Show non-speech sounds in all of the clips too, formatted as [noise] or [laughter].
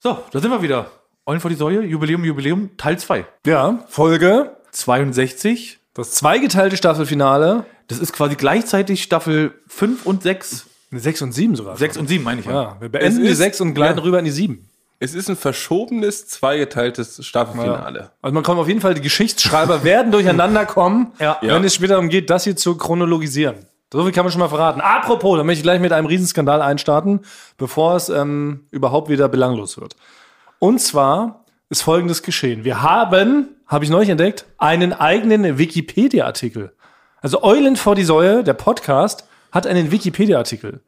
So, da sind wir wieder. Eulen vor die Säue, Jubiläum, Jubiläum, Teil 2. Ja, Folge, 62. das zweigeteilte Staffelfinale. Das ist quasi gleichzeitig Staffel 5 und 6. Sechs und sieben sogar. 6 und 7 meine ich ja. Ja, wir beenden Es die ist- sechs und gleiten ja. rüber in die sieben. Es ist ein verschobenes, zweigeteiltes Staffelfinale. Ja. Also man kommt auf jeden Fall, die Geschichtsschreiber [laughs] werden durcheinander kommen, Ja. wenn Ja. es später darum geht, das hier zu chronologisieren. So viel kann man schon mal verraten. Apropos, da möchte ich gleich mit einem Riesenskandal einstarten, bevor es ähm, überhaupt wieder belanglos wird. Und zwar ist Folgendes geschehen. Wir haben, habe ich neulich entdeckt, einen eigenen Wikipedia-Artikel. Also Eulen vor die Säue, der Podcast, hat einen Wikipedia-Artikel.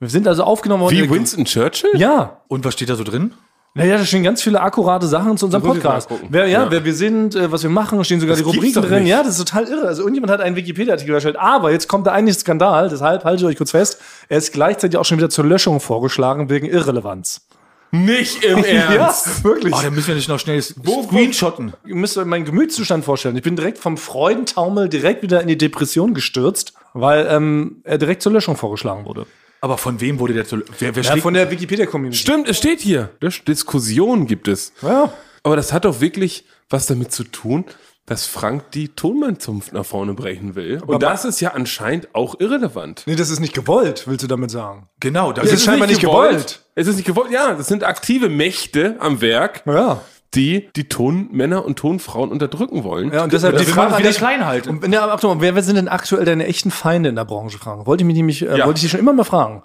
Wir sind also aufgenommen worden. Wie Winston Churchill? ja, Und was steht da so drin? naja, da stehen ganz viele akkurate Sachen zu unserem muss ich Podcast. mal gucken. Wer, ja, Ja. wer wir sind, äh, was wir machen, stehen sogar Das die gibt's Rubriken doch drin. nicht. Ja, das ist total irre. Also irgendjemand hat einen Wikipedia-Artikel erstellt. Aber jetzt kommt der eigentliche Skandal, deshalb haltet euch kurz fest. Er ist gleichzeitig auch schon wieder zur Löschung vorgeschlagen wegen Irrelevanz. Nicht im Ernst. [laughs] Ja, wirklich. Oh, da müssen wir nicht noch schnell screenshotten. Ihr müsst euch meinen Gemütszustand vorstellen. Ich bin direkt vom Freudentaumel direkt wieder in die Depression gestürzt, weil ähm, er direkt zur Löschung vorgeschlagen wurde. Aber von wem wurde der zu... Wer, wer Ja, schlägt- von der Wikipedia-Community. Stimmt, es steht hier. Dis- Diskussion gibt es. Ja. Aber das hat doch wirklich was damit zu tun, dass Frank die Tonbandzumpf nach vorne brechen will. Und das ist ja anscheinend auch irrelevant. Nee, das ist nicht gewollt, willst du damit sagen? genau, das Das ist ist... scheinbar nicht gewollt. Es ist nicht gewollt. Ja, das sind aktive Mächte am Werk, Ja. die die Tonmänner und Tonfrauen unterdrücken wollen. Ja, und deshalb die will man Frage wieder an dich- klein halten. Und, ja, aber Achtung, wer, wer sind denn aktuell deine echten Feinde in der Branche fragen? Wollte ich mich nämlich, äh, Ja. wollte ich dich schon immer mal fragen.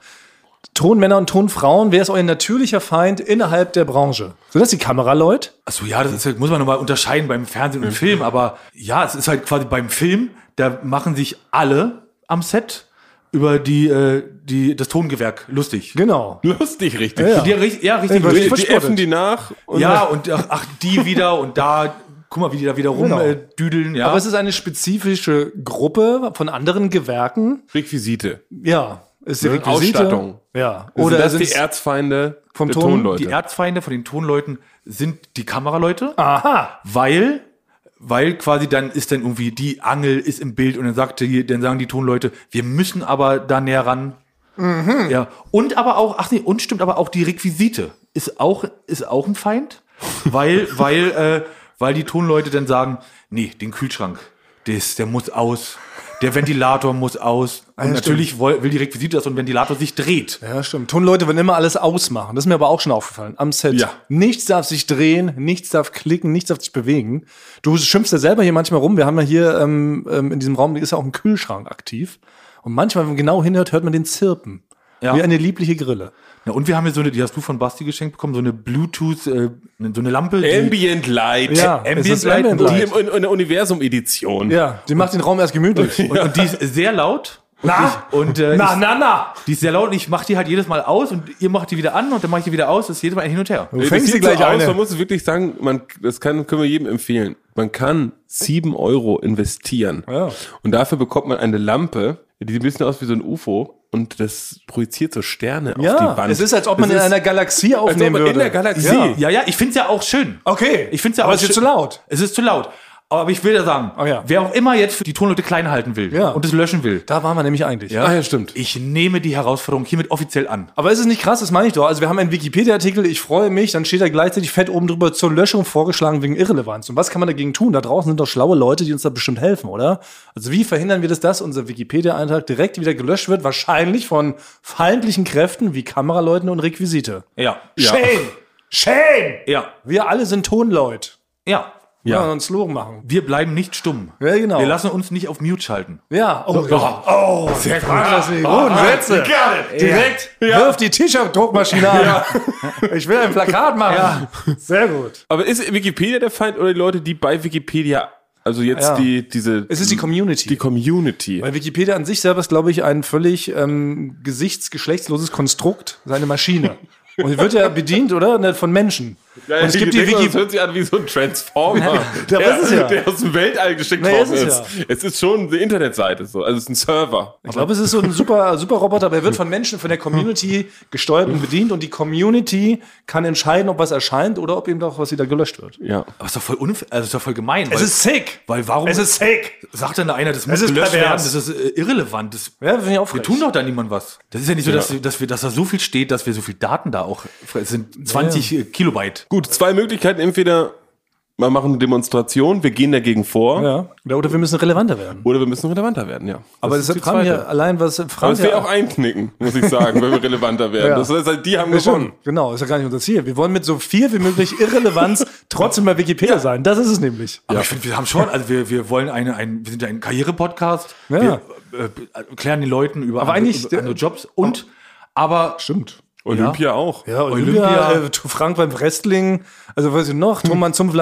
Tonmänner und Tonfrauen, wer ist euer natürlicher Feind innerhalb der Branche? Sind das die Kameraleute? Achso, ja, das ist, halt- muss man nochmal unterscheiden beim Fernsehen und Mhm. Film. Aber ja, es ist halt quasi beim Film, da machen sich alle am Set über die, äh, die, das Tongewerk lustig. Genau. Lustig, richtig. Ja. Die, ja, richtig Ja, lustig. Die, die verspottet. äffen die nach. Und Ja, und ach, ach, die wieder und da, guck mal, wie die da wieder Genau. rumdüdeln. ja. Aber es ist eine spezifische Gruppe von anderen Gewerken. Requisite. Ja. Ist die Ja, Requisite. Ausstattung. Ja. Oder Oder sind das sind's- die Erzfeinde vom der Ton? die Erzfeinde von den Tonleuten sind die Kameraleute, Aha. weil, weil quasi dann ist dann irgendwie die Angel ist im Bild und dann sagt die, dann sagen die Tonleute, wir müssen aber da näher ran. Mhm. Ja. Und aber auch, ach nee, und stimmt aber auch die Requisite ist auch, ist auch ein Feind, [laughs] weil, weil, äh, weil die Tonleute dann sagen, nee, den Kühlschrank, des, der muss aus. Der Ventilator muss [laughs] aus. Und Ah, ja, natürlich will, will die Requisite, dass so ein Ventilator sich dreht. Ja, stimmt. Tonleute wollen immer alles ausmachen. Das ist mir aber auch schon aufgefallen. Am Set. Ja. Nichts darf sich drehen, nichts darf klicken, nichts darf sich bewegen. Du schimpfst ja selber hier manchmal rum. Wir haben ja hier ähm, ähm, in diesem Raum ist ja auch ein Kühlschrank aktiv. Und manchmal, wenn man genau hinhört, hört man den Zirpen. Ja. Wie eine liebliche Grille. Na, und wir haben hier so eine, die hast du von Basti geschenkt bekommen, so eine Bluetooth, äh, so eine Lampe. die- Ambient Light. Ja, Ambient es ist Light. Ambient Die Light. im- in, in der Universum-Edition. Ja, die macht den Raum erst [laughs] gemütlich. und, und die ist sehr laut. Und Na? Ich, und, äh, ich, na, na. die ist sehr laut und ich mach die halt jedes Mal aus und ihr macht die wieder an und dann mach ich die wieder aus. Das ist jedes Mal ein hin und her. Du Das fängst sieht sie gleich so aus, eine. Man muss wirklich sagen, man, das kann, können wir jedem empfehlen. Man kann 7 Euro investieren. Ja. Und dafür bekommt man eine Lampe, die sieht ein bisschen aus wie so ein UFO und das projiziert so Sterne auf die Ja, Wand. es ist, als ob man Das in ist- einer Galaxie als ob aufnehmen man würde. in der Galaxie. Ja. Ja, ja, ich find's ja auch schön. Okay. Ich find's ja Oh. aber auch es ist zu schön. laut. Es ist zu laut. Aber ich will ja sagen, Oh ja. wer auch immer jetzt für die Tonleute klein halten will Ja. und es löschen will, Da waren wir nämlich eigentlich. Ah, ja, stimmt. ich nehme die Herausforderung hiermit offiziell an. Aber ist es nicht krass? Das meine ich doch. Also wir haben einen Wikipedia-Artikel, ich freue mich, dann steht da gleichzeitig fett oben drüber zur Löschung vorgeschlagen wegen Irrelevanz. Und was kann man dagegen tun? Da draußen sind doch schlaue Leute, die uns da bestimmt helfen, oder? Also wie verhindern wir das, dass unser Wikipedia-Eintrag direkt wieder gelöscht wird? Wahrscheinlich von feindlichen Kräften wie Kameraleuten und Requisite. Ja. Shame! Shame! Ja. Wir alle sind Tonleut. Ja. Ja. Ja. Wollen wir uns Slogan machen. Wir bleiben nicht stumm. Ja, genau. Wir lassen uns nicht auf Mute schalten. Ja. Oh, Ja. sehr gut. Das sind die guten Sätze. Direkt. Wirf die T-Shirt-Druckmaschine an. Ich will ein Plakat machen. Sehr gut. Aber ist Wikipedia der Feind oder die Leute, die bei Wikipedia, also jetzt Ja. die, diese. Es ist Mhm. die Community. Die Community. Weil Wikipedia an sich selber ist, glaube ich, ein völlig ähm, gesichtsgeschlechtsloses Konstrukt, seine [laughs] Maschine. Und die wird ja bedient, oder? Ne, Von Menschen. Und es gibt die Das Wikipedia. hört sich an wie so ein Transformer. Da der, ist es ja. der aus dem Weltall geschickt Na, ist worden es ist. Es ist schon eine Internetseite, so. also es ist ein Server. Ich glaube, es ist so ein super, super Roboter, aber er wird von Menschen, von der [laughs] Community gesteuert und bedient und die Community kann entscheiden, ob was erscheint oder ob eben doch was wieder gelöscht wird. Ja. Aber ist doch voll unf also ist doch voll gemein. weil- sick! Weil warum Es ist sick! sagt denn da einer, das muss ist gelöscht werden, pervers. das ist äh, irrelevant. Das, Ja, finde ich auch wir tun doch da niemand was. Das ist ja nicht so, dass, dass, wir, dass da so viel steht, dass wir so viel Daten da ja auch. Es sind 20 Kilobyte. Gut, zwei Möglichkeiten. Entweder wir machen eine Demonstration, wir gehen dagegen vor, Ja. Oder, oder wir müssen relevanter werden. oder wir müssen relevanter werden, ja. Aber das, ist die fragen zweite. wir allein, was Aber fragen es wäre auch einknicken, muss ich [laughs] sagen, wenn wir relevanter werden. Ja. Das heißt, halt, die haben Ja, gewonnen. schon. Genau, ist ja gar nicht unser Ziel. Wir wollen mit so viel wie möglich [laughs] Irrelevanz trotzdem bei Wikipedia sein. Das ist es nämlich. Aber ich finde, wir haben schon, also wir, wir wollen eine, ein, wir sind ja ein Karriere-Podcast. Ja. Wir äh, klären den Leuten über, Aber andere, eigentlich- über andere Jobs und, aber Stimmt. Olympia auch. Ja, Olympia, Olympia. äh, Frank beim Wrestling, also was ich noch, Thomann zum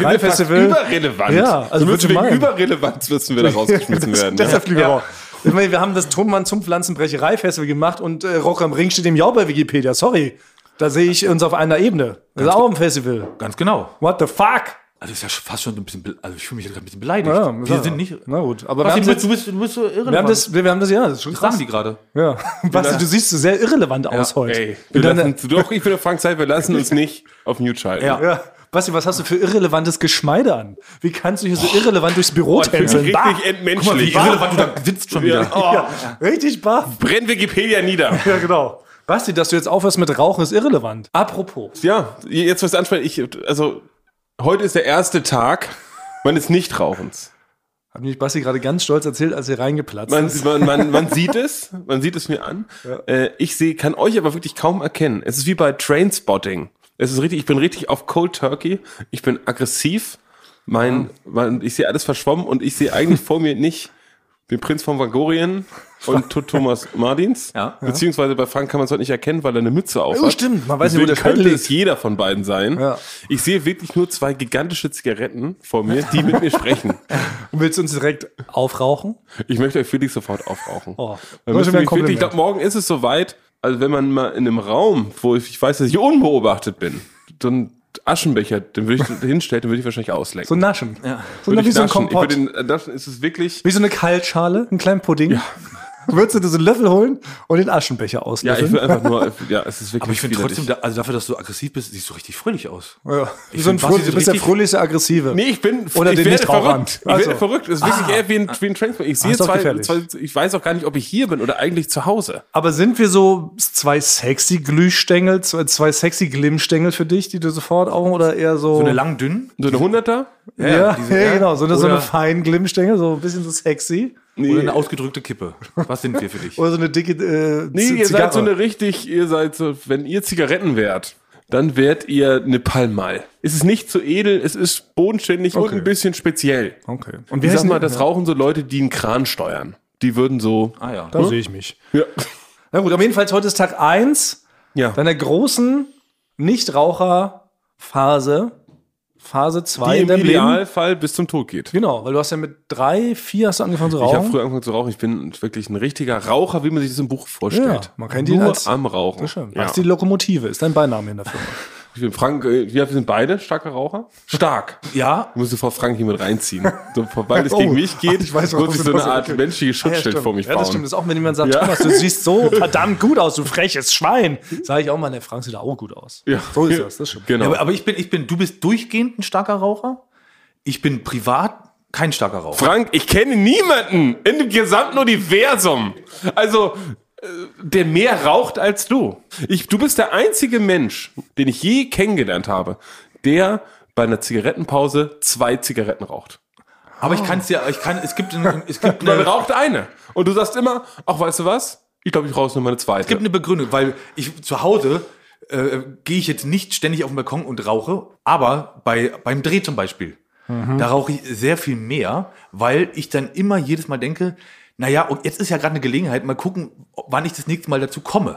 Pflanzenbrecherei-Festival. Überrelevant. Ja, also du würdest würdest du meinen. wegen Überrelevanz müssen wir [laughs] da rausgeschmissen werden. Deshalb fliegen wir Ja. raus. Ich meine, wir haben das Thomann zum Pflanzenbrecherei-Festival gemacht und äh, Rock am Ring steht im Jahr bei Wikipedia. Sorry. Da sehe ich uns auf einer Ebene. Das ist auch ein Festival. ganz genau. What the fuck? Also ist ja schon fast schon so ein bisschen, be- also ich fühle mich jetzt gerade ein bisschen beleidigt. Ja, wir ja. sind nicht. Na gut, aber wir Basti, haben, du, bist, du, das, bist, du bist so irrelevant. wir haben das, wir haben das, ja, das ist schon Was sagen krass. die gerade? Ja. [laughs] Basti, du siehst so sehr irrelevant aus heute. Ey, wir Mit deiner- lassen, doch, ich bin der Frank Zeit, wir lassen [laughs] uns nicht auf Mute schalten. Ja. ja. Basti, was hast du für irrelevantes Geschmeide an? Wie kannst du hier so irrelevant durchs Büro Ich bin tänzeln? Bah! richtig entmenschlich. irrelevant du da sitzt schon wieder. Oh, Richtig baff. Brenn Wikipedia nieder. Ja, genau. Basti, dass du jetzt aufhörst mit Rauchen, ist irrelevant. Apropos. Ja, jetzt was ansprechen. Ich, also, heute ist der erste Tag meines Nichtrauchens. Hat mich Basti gerade ganz stolz erzählt, als er reingeplatzt Man, ist. man, man, man sieht es, man sieht es mir an. Äh, ich sehe, kann euch aber wirklich kaum erkennen. Es ist wie bei Trainspotting. Es ist richtig, ich bin richtig auf Cold Turkey. Ich bin aggressiv. Mein, mein ich sehe alles verschwommen und ich sehe eigentlich vor mir nicht den Prinz von Vangorien und Tod Thomas Martins. Ja. Beziehungsweise bei Frank kann man es heute nicht erkennen, weil er eine Mütze auf Oh, hat. stimmt. Man weiß nicht, wo Deswegen der Scheitel könnte liegt. es jeder von beiden sein. Ja. Ich sehe wirklich nur zwei gigantische Zigaretten vor mir, die mit mir sprechen. Und willst du uns direkt aufrauchen? Ich möchte euch Felix sofort aufrauchen. Oh, Weil das müssen ist mir ein wir mich wirklich, ich Kompliment. glaube, morgen ist es soweit, also wenn man mal in einem Raum, wo ich, ich weiß, dass ich unbeobachtet bin, so einen Aschenbecher, den würde ich [laughs] hinstellen, den würde ich wahrscheinlich auslecken. So ein Naschen. So, Würde wie ich so ein naschen. Kompott. Ich würde den, naschen ist es wirklich, Wie so eine Kaltschale, einen kleinen Pudding. [laughs] Würdest du dir so einen Löffel holen und den Aschenbecher ja, ich auslöffeln? will einfach nur, ja, es ist wirklich Aber ich finde widerlich. trotzdem, da, also dafür, dass du aggressiv bist, siehst du richtig fröhlich aus. Ja. Wie Ich so ein find, Basti ist Fröhlich, du bist der richtig- fröhliche Aggressive. Nee, ich bin Oder ich den werde Nichtrauchern. verrückt. Ich Ach so. werde verrückt. Es ist wirklich eher wie ein, wie ein Transplant. Ich sehe Also. Ah. ist doch zwei, gefährlich. zwei, ich weiß auch gar nicht, ob ich hier bin oder eigentlich zu Hause. Aber sind wir so zwei sexy Glühstängel, zwei, zwei sexy Glimmstängel für dich, die du sofort auch oder eher so. So eine lang dünn. So eine Hunderter? ja, [laughs] diese- ja, genau, so eine, so eine Oder- feinen Glimmstängel, so ein bisschen so sexy. Oder eine ausgedrückte Kippe. Was sind wir für [laughs] dich? Oder so eine dicke äh, Nee, Z- ihr Zigarre. seid so eine richtig, ihr seid so, wenn ihr Zigaretten wärt, dann wärt ihr eine Palmal. Es ist nicht so edel, es ist bodenständig und Okay. ein bisschen speziell. Okay. Und Ich wie sag heißt mal, mal das rauchen so Leute, die einen Kran steuern. Die würden so. Ah ja. Da sehe ich mich. Ja. Na gut, auf jeden Fall heute ist Tag 1 ja. deiner großen Nichtraucher-Phase. Phase 2 Die in im deinem Leben. Idealfall bis zum Tod geht. Genau, weil du hast ja mit drei, vier hast du angefangen zu Ich habe rauchen. früher angefangen zu rauchen. Ich bin wirklich ein richtiger Raucher, wie man sich das im Buch vorstellt. Ja, man kennt Nur ihn als- am Rauchen. Das stimmt. Ja. Das ist die Lokomotive, ist dein Beiname in der Firma. Ich bin Frank, äh, wir sind beide starke Raucher. Stark. Ja, Ich muss sofort Frank hier mit reinziehen. So, sobald es gegen [laughs] Oh. mich geht, Ich weiß, worauf muss ich du so eine hinaus- Art okay. menschliche Schutzschild stimmt. vor mich ja, bauen. das stimmt. Das ist auch, wenn jemand sagt, Ja. Thomas, du siehst [laughs] so verdammt gut aus, du freches Schwein. Sage ich auch mal, der Frank sieht auch gut aus. Ja. So ist das, das stimmt. Genau. Ja, aber, aber ich bin, ich bin, du bist durchgehend ein starker Raucher. Ich bin privat kein starker Raucher. Frank, ich kenne niemanden in dem gesamten Universum. Also, äh, der mehr raucht als du. Ich, du bist der einzige Mensch, den ich je kennengelernt habe, der bei einer Zigarettenpause zwei Zigaretten raucht. Aber ich kann es ja, ich kann, es gibt, ein- es [laughs] gibt Man eine, raucht eine. Und du sagst immer, ach, weißt du was? Ich glaube, ich rauche nur meine zweite. gibt eine Begründung, weil ich zu Hause äh, gehe ich jetzt nicht ständig auf den Balkon und rauche, aber bei, beim Dreh zum Beispiel, Mhm. da rauche ich sehr viel mehr, weil ich dann immer jedes Mal denke, naja, und jetzt ist ja gerade eine Gelegenheit, mal gucken, wann ich das nächste Mal dazu [laughs] komme.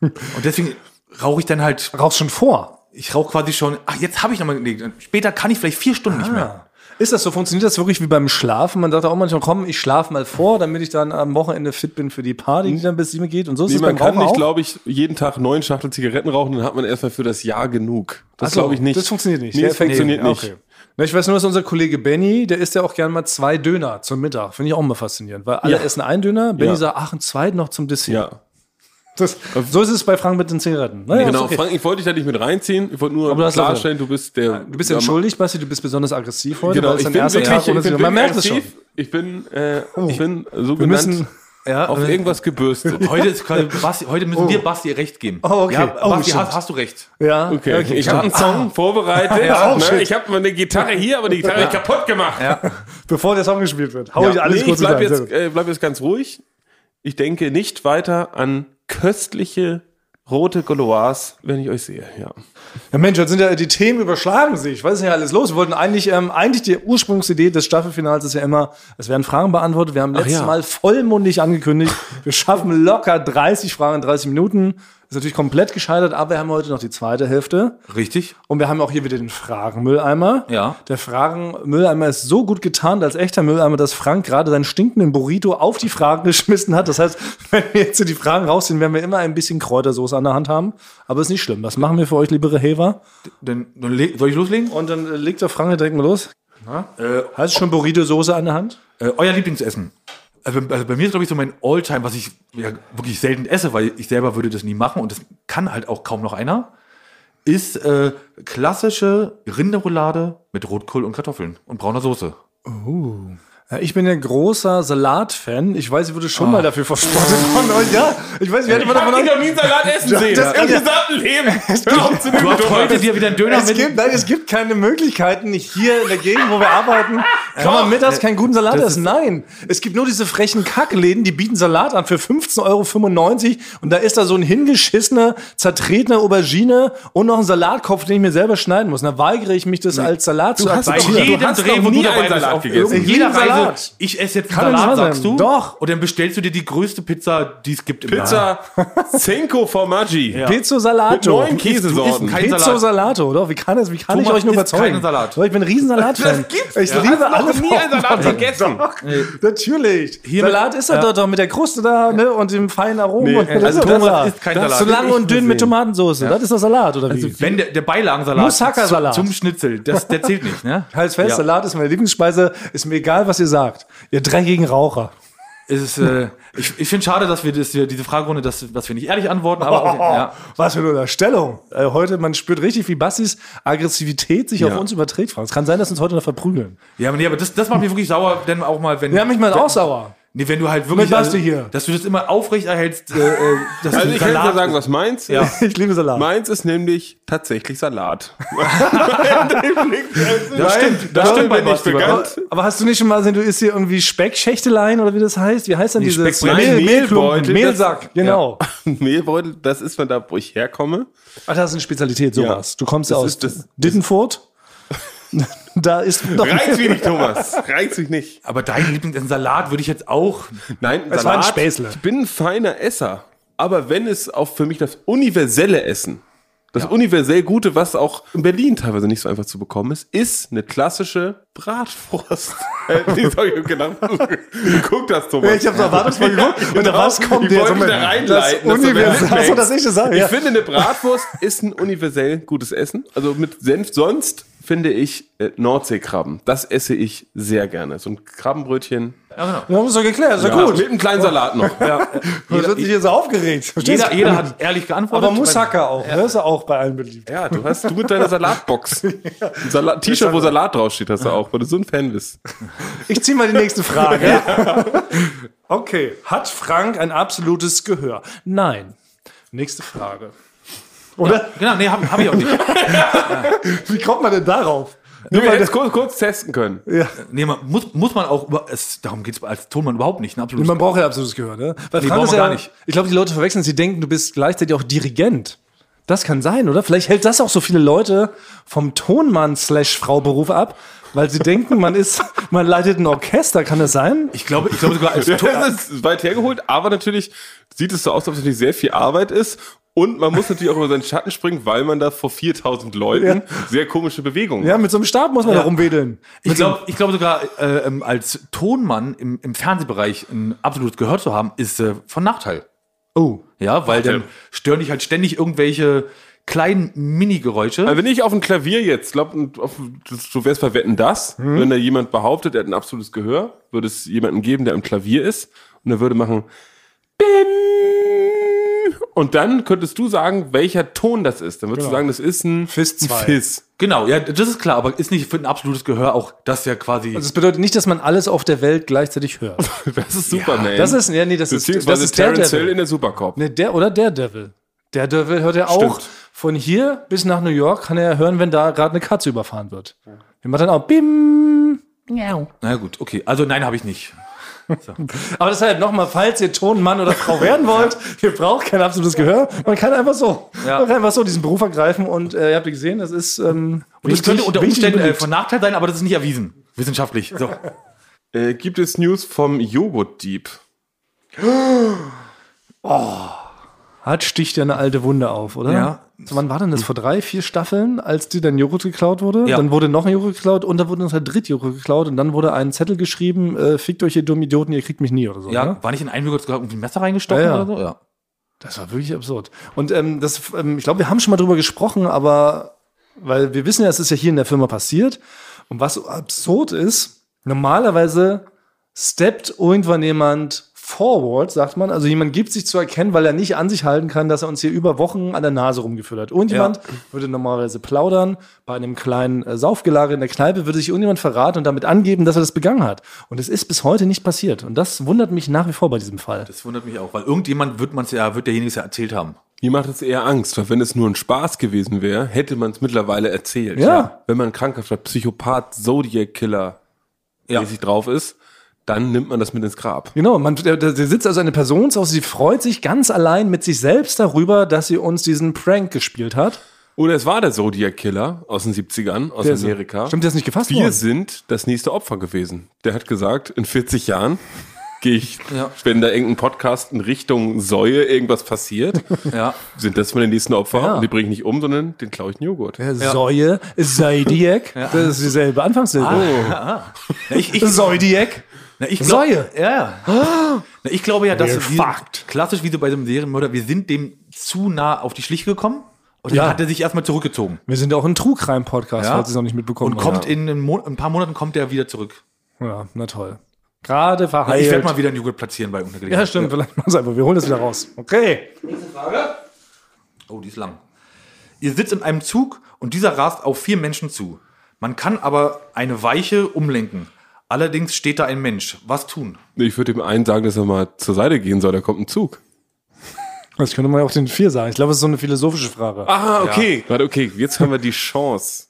und deswegen rauche ich dann halt, Rauchst schon vor. ich rauche quasi schon, ach, jetzt habe ich nochmal, nee, später kann ich vielleicht vier Stunden nicht mehr. Ist das so? Funktioniert das wirklich wie beim Schlafen? Man sagt auch manchmal, komm, ich schlafe mal vor, damit ich dann am Wochenende fit bin für die Party, die dann bis sieben geht. Und so ist es Nee, man beim kann Rauchen nicht, auch. glaube ich, jeden Tag neun Schachtel Zigaretten rauchen, dann hat man erstmal für das Jahr genug. Das Ach so, glaube ich nicht. Das funktioniert nicht. Nee, Der das Effekt- funktioniert nee, nicht. okay. Na, ich weiß nur, dass unser Kollege Benny, der isst ja auch gern mal zwei Döner zum Mittag. Finde ich auch immer faszinierend, weil alle Ja. essen einen Döner, Benny Ja. sagt, ach, einen zweiten noch zum Dessert. Ja. Das, so ist es bei Frank mit den Zigaretten. Naja, ist Genau, okay. Frank, ich wollte dich da nicht mit reinziehen. Ich wollte nur Aber du hast klarstellen, du bist der. Du bist entschuldigt, Basti, du bist besonders aggressiv heute. Genau, weil es ich dein bin erster wirklich, Tag ohne ich bin Zigaretten- Man merkt es wirklich schon. aktiv. Ich bin, äh, ich bin Oh. Wir sogenannt müssen, Ja, auf äh, irgendwas gebürstet. [laughs] Heute, ist quasi Basti, heute müssen wir Basti recht geben. Ah. Oh, okay. Ja, Oh, Basti, shit. hast, hast du recht. Ja, Okay. Ich habe einen Song vorbereitet. Ah. [laughs] Ja, oh, shit. ne? Ich habe meine Gitarre hier, aber die Gitarre ist kaputt gemacht. Bevor der Song gespielt wird, hau ich alles nee, kurz ich bleib rein. Sehr jetzt, gut. äh, bleib jetzt ganz ruhig. Ich denke nicht weiter an köstliche rote Goloas, wenn ich euch sehe. Ja. Ja, Mensch, jetzt sind ja die Themen überschlagen sich. Was ist denn hier alles los? Wir wollten eigentlich, ähm, eigentlich die Ursprungsidee des Staffelfinals ist ja immer, es werden Fragen beantwortet. Wir haben letztes ja. Mal vollmundig angekündigt, wir schaffen locker 30 Fragen in 30 Minuten. Ist natürlich komplett gescheitert, aber wir haben heute noch die zweite Hälfte. Richtig. Und wir haben auch hier wieder den Fragenmülleimer. Ja. Der Fragenmülleimer ist so gut getarnt als echter Mülleimer, dass Frank gerade seinen stinkenden Burrito auf die Fragen geschmissen hat. Das heißt, [laughs] wenn wir jetzt so die Fragen rausziehen, werden wir immer ein bisschen Kräutersoße an der Hand haben. Aber ist nicht schlimm. Das machen wir für euch, liebe Rehever. Dann, dann le- soll ich loslegen? Und dann äh, legt der Frank direkt mal los. Äh, Hast du schon Burrito-Soße an der Hand? äh, euer Lieblingsessen. Also, also bei mir ist, glaube ich, so mein Alltime, was ich ja, wirklich selten esse, weil ich selber würde das nie machen und das kann halt auch kaum noch einer, ist äh, klassische Rinderroulade mit Rotkohl und Kartoffeln und brauner Soße. Ja, ich bin ja großer Salat-Fan. Ich weiß, ich wurde Ah. schon mal dafür verspottet von euch. Ja, ich weiß, wir hatten mal [laughs] davon Ich noch nie einen Salat essen sehen. das- Im gesamten Leben. Hör auf zu Du hast heute dir wieder einen Genau, Döner Es gibt, nein, es gibt keine Möglichkeiten hier in der Gegend, wo wir [laughs] arbeiten, kann man mittags keinen guten Salat essen. Nein, es gibt nur diese frechen Kackläden, die bieten Salat an für 15,95 Euro und da ist da so ein hingeschissener, zertretener Aubergine und noch ein Salatkopf, den ich mir selber schneiden muss. Da weigere ich mich, das als Salat zu hast bei doch- akzeptieren. du jedem hast Dreh, doch wo nie du dabei einen bist, Salat auf gegessen. irgendeiner Ich liebe Reise, Salat. ich esse jetzt Kann einen doch nicht Salat, wahr sagst sein. du? Doch. Und dann bestellst du dir die größte Pizza, die es gibt im Laden. Pizza Cinco Formaggi. Pizzo Mit Salato. neun Käsesorten. Du isst kein Pizzo Salat. Salato, oder? Wie kann, das, wie kann Thomas ich euch nur isst überzeugen? keinen Salat. Doch, Ich bin ein riesen Salat-Fan. Ich liebe alle Also nie einen Salat Also gegessen. Natürlich. Salat ist er ja. dort doch mit der Kruste da ne, und dem feinen Aromen. und also das ist doch Thomas Salat. isst kein Das Salat. So lang Hab ich und dünn mit gesehen. Tomatensauce. Das ist doch Salat, oder Also wie? Wenn der, der Beilagensalat Moussaka-Salat. Zum, zum Schnitzel, das, der zählt nicht, [laughs] ne? Halt's fest, Ja. Salat ist meine Lieblingsspeise. Ist mir egal, was ihr sagt. Ihr dreckigen Raucher. Es ist, äh, ich ich finde schade, dass wir das, diese Fragerunde, dass, dass wir nicht ehrlich antworten, aber [laughs] okay, ja. Was für eine Unterstellung. Äh, heute, man spürt richtig, wie Bassis Aggressivität sich auf uns überträgt, Franz. Kann sein, dass wir uns heute noch verprügeln. Ja, aber nee, aber das, das macht mich wirklich sauer, denn auch mal, wenn. Wir haben mich mal auch sauer. Nee, wenn du halt wirklich. Mit Basti hier. Dass du das immer aufrecht erhältst, äh, äh, dass Also du ich kann dir Salat- sagen, was meins ist. Ja. [laughs] Ich liebe Salat. Meins ist nämlich [laughs] tatsächlich Salat. [laughs] Das stimmt, das stimmt bei bin ich Basti. aber- begeistert. Aber, aber hast du nicht schon mal gesehen, du isst hier irgendwie Speckschächtelein oder wie das heißt? Wie heißt denn dieses Speckbrötchen. Mehl, Nein, Mehlklumpen, Mehlbeutel, Mehlsack, genau. Mehlbeutel, das ist von da, wo ich herkomme. Ach, das ist eine Spezialität, sowas. Ja. Du kommst Das aus ist das- [laughs] Dittenfurt. da ist doch Reizt mich nicht, Thomas. Reizt mich nicht. Aber dein Lieblingsessen Salat würde ich jetzt auch. Nein, Es war ein Späßle. Ich bin ein feiner Esser. Aber wenn es auch für mich das universelle Essen, das universell Gute, was auch in Berlin teilweise nicht so einfach zu bekommen ist, ist eine klassische [laughs] Bratwurst. Äh, nee, sorry, ich hab gedacht, [laughs] du guckst das, Thomas. Ich hab's erwartet, mal [laughs] geguckt. Ja, und da genau. was kommt Ich jetzt? wollte mich Moment, da das reinleiten, dass du mir Universum. mitdenkst. Achso, dass ich das sage. Ich Ja. finde, eine Bratwurst ist ein universell gutes Essen. Also mit Senf. Sonst finde ich äh, Nordseekrabben. Das esse ich sehr gerne. So ein Krabbenbrötchen. Wir haben es doch geklärt, ist ja, Ja, gut. Mit einem kleinen Salat noch. Jeder, wird sich hier so aufgeregt. Verstehst Jeder, du? jeder hat ehrlich geantwortet. aber Moussaka auch, ne? ist ja auch bei allen beliebt. Ja, du hast du mit deiner Salatbox. Ein Salat, T-Shirt, wo Salat draufsteht, hast du auch, weil du so ein Fan bist. Ich ziehe mal die nächste Frage. [laughs] Okay. Hat Frank ein absolutes Gehör? Nein. Nächste Frage. Oder? Genau, nee, hab, hab ich auch nicht. Wie kommt man denn darauf? Nur wir jetzt kurz, kurz testen können. Nee, man, muss, muss man auch, über, es, darum geht's als Tonmann überhaupt nicht, ne? Absolut. Man braucht ja absolutes Gehör, ne? Weil Nee, Frank braucht ist man ja, gar nicht. Ich glaube, die Leute verwechseln es, sie denken, du bist gleichzeitig auch Dirigent. Das kann sein, oder? Vielleicht hält das auch so viele Leute vom Tonmann slash Frau Beruf ab, weil sie denken, man ist, [laughs] man leitet ein Orchester, kann das sein? ich glaube, ich glaube sogar [laughs] als Ton, Das ist weit hergeholt, aber natürlich sieht es so aus, als ob es natürlich sehr viel Arbeit ist. Und man muss natürlich auch über seinen Schatten springen, weil man da vor 4000 Leuten Ja. sehr komische Bewegungen Ja, mit so einem Stab muss man da rumwedeln. Ich glaube ich glaube sogar, äh, ähm, als Tonmann im, im Fernsehbereich ein absolutes Gehör zu haben, ist äh, von Nachteil. Oh. Ja, weil dann ja. stören dich halt ständig irgendwelche kleinen Äh, Mini-Geräusche. Also wenn ich auf dem Klavier jetzt, glaub, auf, das- du wärst bei Wetten das, Mhm. wenn da jemand behauptet, er hat ein absolutes Gehör, würde es jemanden geben, der am Klavier ist und er würde machen Bim. Und dann könntest du sagen, welcher Ton das ist. Dann würdest du sagen, das ist ein Fis ein Genau. zwei. Fis. Genau, ja, das ist klar, aber ist nicht für ein absolutes Gehör auch das ja quasi. Also das bedeutet nicht, dass man alles auf der Welt gleichzeitig hört. [laughs] Das ist Superman. Das ist, ja, nee, das ist, das beziehungsweise ist Terrence Hill Daredevil. in der Supercop. Nee, der, oder Daredevil. Daredevil hört er auch Stimmt. von hier bis nach New York, kann er hören, wenn da gerade eine Katze überfahren wird. Wir machen dann auch Bim. Miau. Na gut, okay. Also nein, habe ich nicht. Aber deshalb nochmal, falls ihr Tonmann oder Frau [laughs] werden wollt, ihr braucht kein absolutes Gehör. Man kann einfach so, Ja. man kann einfach so diesen Beruf ergreifen und äh, ihr habt gesehen, das ist ähm, Und das könnte unter Umständen äh, beliebt. von Nachteil sein, aber das ist nicht erwiesen. Wissenschaftlich. [laughs] So. Äh, gibt es News vom Joghurt-Dieb? Hat sticht ja eine alte Wunde auf, oder? Ja. So, wann war denn das? Vor drei, vier Staffeln, als dir dein Joghurt geklaut wurde? Ja. Dann wurde noch ein Joghurt geklaut und dann wurde noch der dritte Joghurt geklaut und dann wurde ein Zettel geschrieben, äh, fickt euch ihr dummen Idioten, ihr kriegt mich nie oder so. ne? Ja, war nicht in einem Joghurt sogar irgendwie ein Messer reingestochen Ja, ja. oder so? Ja. Das war wirklich absurd. Und ähm, das, ähm, ich glaube, wir haben schon mal drüber gesprochen, aber weil wir wissen ja, es ist ja hier in der Firma passiert. Und was so absurd ist, normalerweise steppt irgendwann jemand forward, sagt man. Also jemand gibt sich zu erkennen, weil er nicht an sich halten kann, dass er uns hier über Wochen an der Nase rumgeführt hat. Irgendjemand würde normalerweise plaudern. Bei einem kleinen äh, Saufgelage in der Kneipe würde sich irgendjemand verraten und damit angeben, dass er das begangen hat. Und es ist bis heute nicht passiert. Und das wundert mich nach wie vor bei diesem Fall. Das wundert mich auch, weil irgendjemand wird man es ja, wird derjenige es ja erzählt haben. Mir macht es eher Angst, weil wenn es nur ein Spaß gewesen wäre, hätte man es mittlerweile erzählt. Ja. Wenn man krankhafter Psychopath, Zodiac-Killer Ja. mäßig drauf ist, dann nimmt man das mit ins Grab. Genau, man, da, da sitzt also eine Person zu Hause, sie freut sich ganz allein mit sich selbst darüber, dass sie uns diesen Prank gespielt hat. Oder es war der Zodiac-Killer aus den 70ern, aus ist- Amerika. Stimmt, der ist nicht gefasst Wir worden. sind das nächste Opfer gewesen. Der hat gesagt, in 40 Jahren [laughs] gehe ich, wenn da irgendein Podcast in Richtung Säue irgendwas passiert, [laughs] [laughs] Ja. sind das meine nächsten Opfer Ja. und die bringe ich nicht um, sondern den klaue ich einen Joghurt. Der Säue, [laughs] Zodiac, das ist dieselbe Anfangssilbe. Na, Ah, ich, ich, Zodiac. na, ich Säue. Ja. ja. Na, ich glaube ja, dass We're wir, fucked. klassisch wie so bei so einem Serienmörder, wir sind dem zu nah auf die Schliche gekommen und dann Ja. hat er sich erstmal zurückgezogen. Wir sind auch ein True Crime Podcast, Ja. falls ihr es noch nicht mitbekommen Und kommt habt. in, einem Mo- ein paar Monaten kommt er wieder zurück. Ja, na toll. Gerade verheilt. Ich werde mal wieder einen Joghurt platzieren bei irgendeiner ja, Gelegenheit. stimmt, vielleicht machen wir es einfach. Wir holen das wieder raus. Okay. Oh, die ist lang. Ihr sitzt in einem Zug und dieser rast auf vier Menschen zu. Man kann aber eine Weiche umlenken. Allerdings steht da ein Mensch. Was tun? Ich würde dem einen sagen, dass er mal zur Seite gehen soll, da kommt ein Zug. Das könnte man ja auch den vier sagen. Ich glaube, es ist so eine philosophische Frage. Ah, okay. Warte, okay, jetzt haben wir die Chance.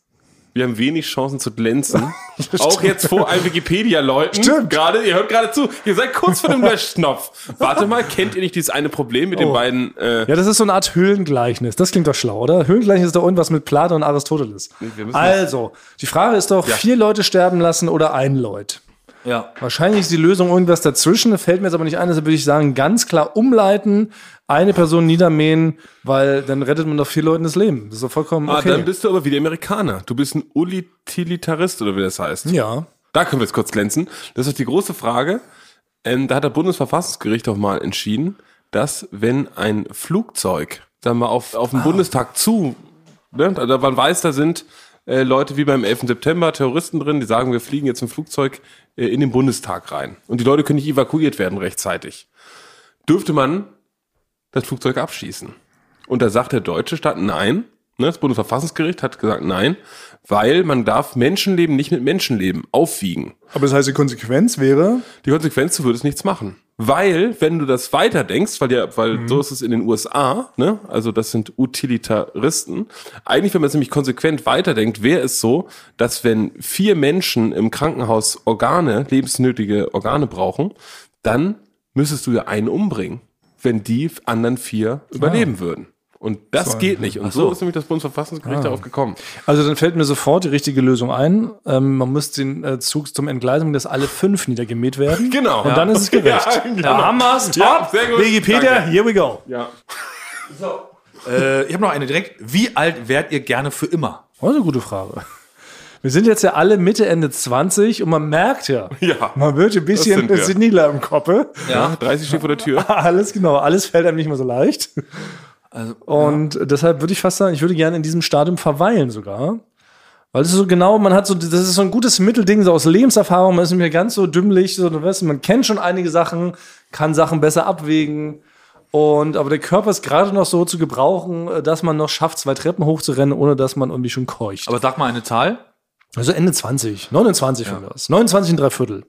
Wir haben wenig Chancen zu glänzen. Auch jetzt vor allen Wikipedia-Leuten. Stimmt. Gerade, ihr hört gerade zu. Ihr seid kurz vor dem Löschknopf. Warte mal, kennt ihr nicht dieses eine Problem mit den beiden? Äh, Ja, das ist so eine Art Höhlengleichnis. Das klingt doch schlau, oder? Höhlengleichnis ist doch irgendwas mit Platon und Aristoteles. wir müssen- also, die Frage ist doch, vier Leute sterben lassen oder ein Leut? Ja. Wahrscheinlich ist die Lösung irgendwas dazwischen, fällt mir jetzt aber nicht ein, deshalb würde ich sagen, ganz klar umleiten, eine Person niedermähen, weil dann rettet man doch vier Leuten das Leben. Das ist doch vollkommen Ah, okay. dann bist du aber wieder Amerikaner. Du bist ein Utilitarist oder wie das heißt. ja. Da können wir jetzt kurz glänzen. Das ist doch die große Frage. Ähm, da hat der Bundesverfassungsgericht auch mal entschieden, dass wenn ein Flugzeug, sagen wir mal, auf, auf den Bundestag zu, ne, da man weiß, da sind äh, Leute wie beim 11. September, Terroristen drin, die sagen, wir fliegen jetzt im Flugzeug äh, in den Bundestag rein. Und die Leute können nicht evakuiert werden rechtzeitig. Dürfte man das Flugzeug abschießen? Und da sagt der deutsche Staat nein. Ne, Das Bundesverfassungsgericht hat gesagt nein, weil man darf Menschenleben nicht mit Menschenleben aufwiegen. Aber das heißt, die Konsequenz wäre, Die Konsequenz, du würdest nichts machen. Weil, wenn du das weiterdenkst, weil ja, weil Mhm. so ist es in den USA, ne? Also das sind Utilitaristen. Eigentlich, wenn man es nämlich konsequent weiterdenkt, wäre es so, dass wenn vier Menschen im Krankenhaus Organe, lebensnötige Organe brauchen, dann müsstest du ja einen umbringen, wenn die anderen vier überleben würden. Und das geht nicht. Und so. ist nämlich das Ah. Bundesverfassungsgericht darauf gekommen. also dann fällt mir sofort die richtige Lösung ein. Ähm, man müsste den äh, Zug zum Entgleisung, dass alle fünf niedergemäht werden. [laughs] [laughs] Genau. Und dann ist es gerecht. Ja, genau. Da haben wir's. Top. sehr gut. Wikipedia, Danke. here we go. Ja. Äh, ich habe noch eine direkt. Wie alt wärt ihr gerne für immer? Das ist eine gute Frage. Wir sind jetzt ja alle Mitte, Ende 20 und man merkt [laughs] ja, Ja. man wird ein bisschen sind wir. seniler im Koppe. Ja, 30 steht vor der Tür. Alles genau, alles fällt einem nicht mehr so leicht. und deshalb würde ich fast sagen, ich würde gerne in diesem Stadium verweilen sogar. Weil es ist so genau, man hat so, das ist so ein gutes Mittelding so aus Lebenserfahrung, man ist nicht mehr ganz so dümmlich, so, du weißt, man kennt schon einige Sachen, kann Sachen besser abwägen Und aber der Körper ist gerade noch so zu gebrauchen, äh, dass man noch schafft, zwei Treppen hochzurennen, ohne dass man irgendwie schon keucht. Aber sag mal eine Zahl. also Ende 20, 29 von mir aus. 29 und drei Viertel.